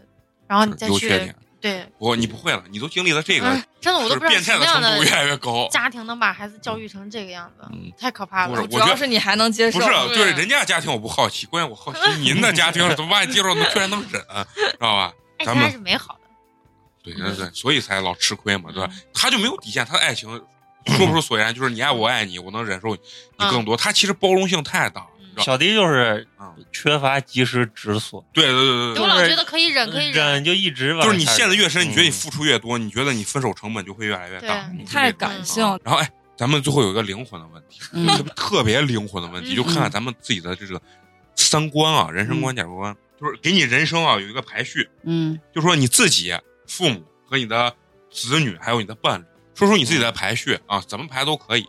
S8: 然后你再
S2: 有缺
S8: 去
S2: 点，
S8: 对，
S2: 我你不会了，你都经历了这个，
S8: 嗯，真的我都
S2: 就是
S8: 不知道
S2: 变
S8: 什
S2: 态
S8: 么
S2: 的
S8: 样
S2: 程度越
S8: 的
S2: 来越高。
S8: 家庭能把孩子教育成这个样子
S2: 嗯，
S8: 太可怕
S2: 不是
S8: 了。
S4: 主
S2: 我觉
S4: 要
S2: 得
S4: 是你还能接受
S2: 不，是，
S3: 对
S2: 就是人家家庭我不好奇，关键我好奇您的家庭怎么把你接受能居然能忍，知道吧？
S8: 爱
S2: 咱
S8: 情还
S2: 们
S8: 是美好的，
S2: 对对对，所以才老吃亏嘛，对
S8: 嗯
S2: 吧？他就没有底线，他的 爱情说不出所以然，就是你爱我我爱你，我能忍受你更多。他其实包容性太大，你知道吧？
S7: 小迪就是
S2: 嗯
S7: 缺乏及时止损，
S2: 对对对
S8: 对
S2: 对对
S8: 我
S7: 是
S8: 老觉得可以忍，可以忍，
S7: 忍就一直往
S2: 对，就
S7: 下
S2: 是你陷得越深，
S7: 嗯
S2: 你觉得你付出越多，你觉得你分手成本就会越来越大。
S8: 对
S2: 你
S4: 太
S2: 感。
S4: 感性了。
S2: 然后哎，咱们最后有一个灵魂的问 题，
S3: 嗯
S2: 特别特别灵魂的问题，
S8: 嗯
S2: 就看看咱们自己的这个三观啊、人生观、价值观，就是给你人生啊有一个排序，
S3: 嗯，
S2: 就说你自己、父母和你的子女，还有你的伴侣，说出你自己的排序啊，怎么排都可以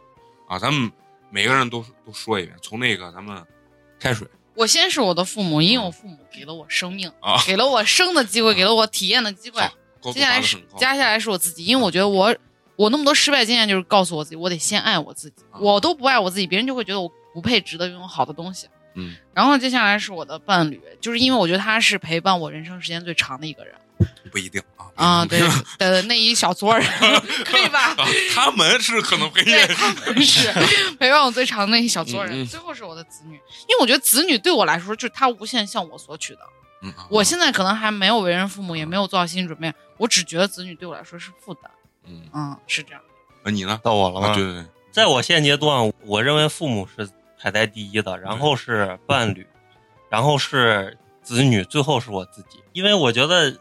S2: 啊，咱们每个人都都说一遍，从那个咱们开水
S3: 我先是我的父母，因为我父母给了我生命
S2: 啊，
S3: 给了我生的机会，给了我体验的机会
S2: 好。高度
S3: 接下
S2: 拔
S3: 来
S2: 得
S3: 是
S2: 很高，
S3: 接下来是我自己，因为我觉得我我那么多失败经验，就是告诉我自己，我得先爱我自己
S2: 啊。
S3: 我都不爱我自己，别人就会觉得我不配值得拥有好的东西。
S2: 嗯，
S3: 然后接下来是我的伴侣，就是因为我觉得他是陪伴我人生时间最长的一个人
S2: 不一定啊
S3: 啊，
S2: 不一
S3: 对
S2: 定
S3: 的那一小撮人， 可以吧？
S2: 啊，他们是可能会
S3: 对，他们 是陪伴我最长的一小撮人，
S2: 哎嗯嗯
S3: 最后是我的子女，因为我觉得子女对我来说就是他无限向我索取的。
S2: 嗯啊
S3: 我现在可能还没有为人父母，也没有做好心理准备，我只觉得子女对我来说是负担。
S2: 嗯，
S3: 嗯，是这样。
S2: 啊你呢？
S7: 到我了
S2: 啊
S7: 吗？
S2: 对对对，
S7: 在我现阶段，我认为父母是排在第一的，然后是伴侣，然后是子女，最后是我自己。因为我觉得，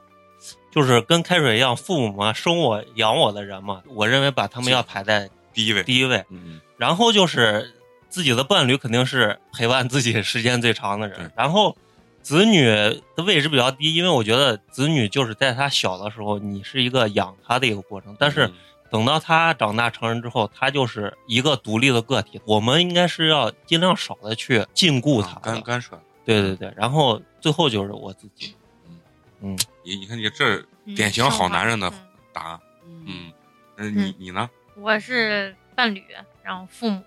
S7: 就是跟开水一样，父母嘛，生我养我的人嘛，我认为把他们要排在
S2: 第一位，
S7: 第一位。
S2: 嗯
S7: 然后就是自己的伴侣肯定是陪伴自己时间最长的
S2: 对
S7: 人，然后子女的位置比较低，因为我觉得子女就是在他小的时候，你是一个养他的一个过程，但是
S2: 嗯
S7: 等到他长大成人之后，他就是一个独立的个体，我们应该是要尽量少的去禁锢
S2: 啊
S7: 他
S2: 干
S7: 的，
S2: 干涉。
S7: 对对对，然后最后就是我自己，
S2: 你你看你这
S8: 嗯
S2: 典型好男人的
S8: 升华
S2: 答案，
S3: 嗯，
S2: 嗯，那你你呢？
S6: 嗯我是伴侣，然后父母，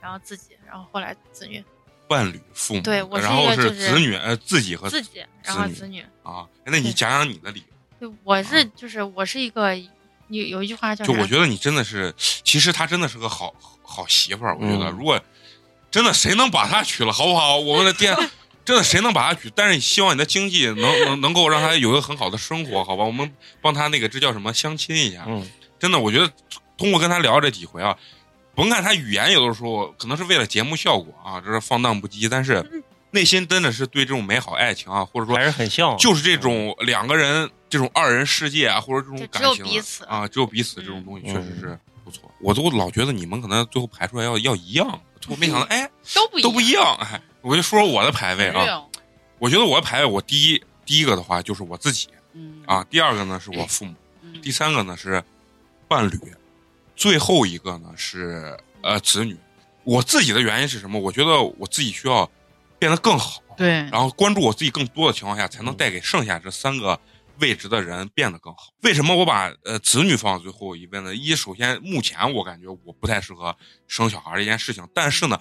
S6: 然后自己，然后后来子女，
S2: 伴侣、父母，
S6: 对我是
S2: 呃然后
S6: 一个
S2: 是
S6: 就是
S2: 子女，呃，自己和
S6: 自己，然后子女。
S2: 啊，哎那你讲讲你的理由。
S6: 对，我是就是我是一个有有一句话叫
S2: 啊就
S6: 啥
S2: 我觉得你真的是，其实她真的是个好好媳妇儿。我觉得
S7: 嗯
S2: 如果真的谁能把她娶了，好不好？我们的 店真的谁能把她娶？但是希望你的经济能能能够让她有一个很好的生活，好吧？我们帮她那个这叫什么相亲一下。
S7: 嗯，
S2: 真的，我觉得通过跟她聊这几回啊，甭看她语言有的时候可能是为了节目效果啊，这是放荡不羁，但
S8: 嗯
S2: 是内心真的是对这种美好爱情啊，或者说
S7: 还是很像，
S2: 就是这种两个人这种二人世界啊，或者这种
S8: 就
S2: 感
S8: 只
S2: 情
S8: 有
S2: 啊
S8: 彼此
S2: 啊，只有彼此这种
S8: 嗯
S2: 东西，
S7: 嗯
S2: 确实是不错。我都老觉得你们可能最后排出来要要一样，我没
S8: 嗯
S2: 想到哎
S3: 都不
S2: 都不一
S3: 样。
S2: 样哎。我就说说我的排位啊，
S3: real
S2: 我觉得我的排位，我第一第一个的话就是我自己
S3: 嗯
S2: 啊，第二个呢是
S8: 哎
S2: 我父母，
S3: 嗯
S2: 第三个呢是伴侣，最后一个呢是呃子女。我自己的原因是什么？我觉得我自己需要变得更好，
S3: 对，
S2: 然后关注我自己更多的情况下，才能带给剩下这三个位置的人变得更好。为什么我把呃子女放到最后一位呢？一，首先目前我感觉我不太适合生小孩这件事情，但是呢，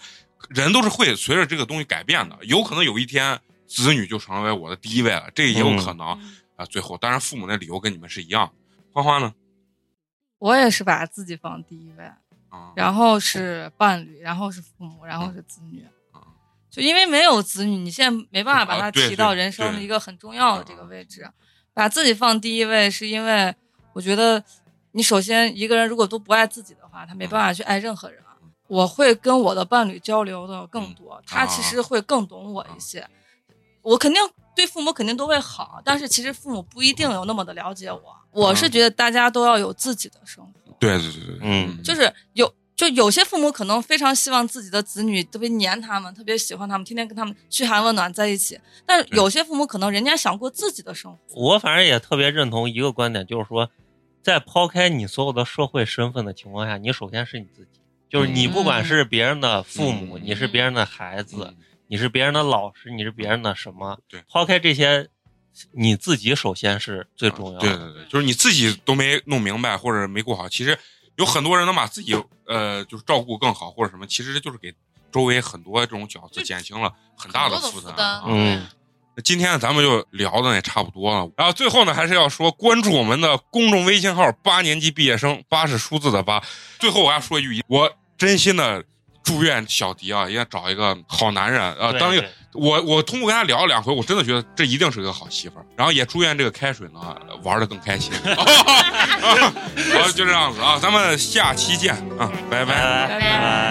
S2: 人都是会随着这个东西改变的，有可能有一天子女就成为我的第一位了，这也有可能啊、
S4: 嗯
S2: 最后，当然父母的理由跟你们是一样的。花花呢？
S4: 我也是把自己放第一位，
S2: 啊，
S4: 然后是伴侣，然后是父母，然后是子女
S2: 嗯嗯。
S4: 就因为没有子女，你现在没办法把
S2: 啊
S4: 它
S2: 对
S4: 提到
S2: 对
S4: 人生的
S2: 对嗯
S4: 一个很重要的这个位置。把自己放第一位，是因为我觉得你首先一个人如果都不爱自己的话，他没办法去爱任何人啊。
S2: 嗯
S4: 我会跟我的伴侣交流的更多，他其实会更懂我
S2: 啊
S4: 一些。我肯定对父母肯定都会好，但是其实父母不一
S2: 嗯
S4: 定有那么的了解我。我是觉得大家都要有自己的生活。
S2: 对对对对，
S7: 嗯
S4: 就是有就有些父母可能非常希望自己的子女特别黏他们，特别喜欢他们，天天跟他们嘘寒问暖在一起。但是
S2: 对
S4: 有些父母可能人家想过自己的生活，
S7: 我反正也特别认同一个观点，就是说，在抛开你所有的社会身份的情况下，你首先是你自己。就是你不管是别人的父母，
S2: 嗯
S7: 你是别人的孩子，
S2: 嗯
S7: 你是别人的老师，你是别人的什么？
S2: 对
S7: 抛开这些，你自己首先是最
S3: 啊
S7: 重要
S2: 对
S7: 的。
S2: 对对，就是你自己都没弄明白或者没顾好，其实有很多人能把自己呃就是照顾更好或者什么，其实就是给周围很多这种角色
S3: 就
S2: 减轻了很大
S3: 很多的
S2: 负
S3: 负
S2: 担。
S3: 担
S2: 啊
S7: 嗯，
S2: 那今天呢咱们就聊的也差不多了，然后最后呢，还是要说关注我们的公众微信号“八年级毕业生”，八是数字的八。最后我要说一句，我真心的祝愿小迪啊，也找一个好男人啊、呃
S7: 对
S2: 当一个
S7: 对
S2: 我我通过跟他聊了两回，我真的觉得这一定是个好媳妇儿。然后也祝愿这个开水呢玩的更开心。 好，就这样子啊，咱们下期见啊，拜拜
S7: 拜拜拜拜。
S1: Oh, Oh,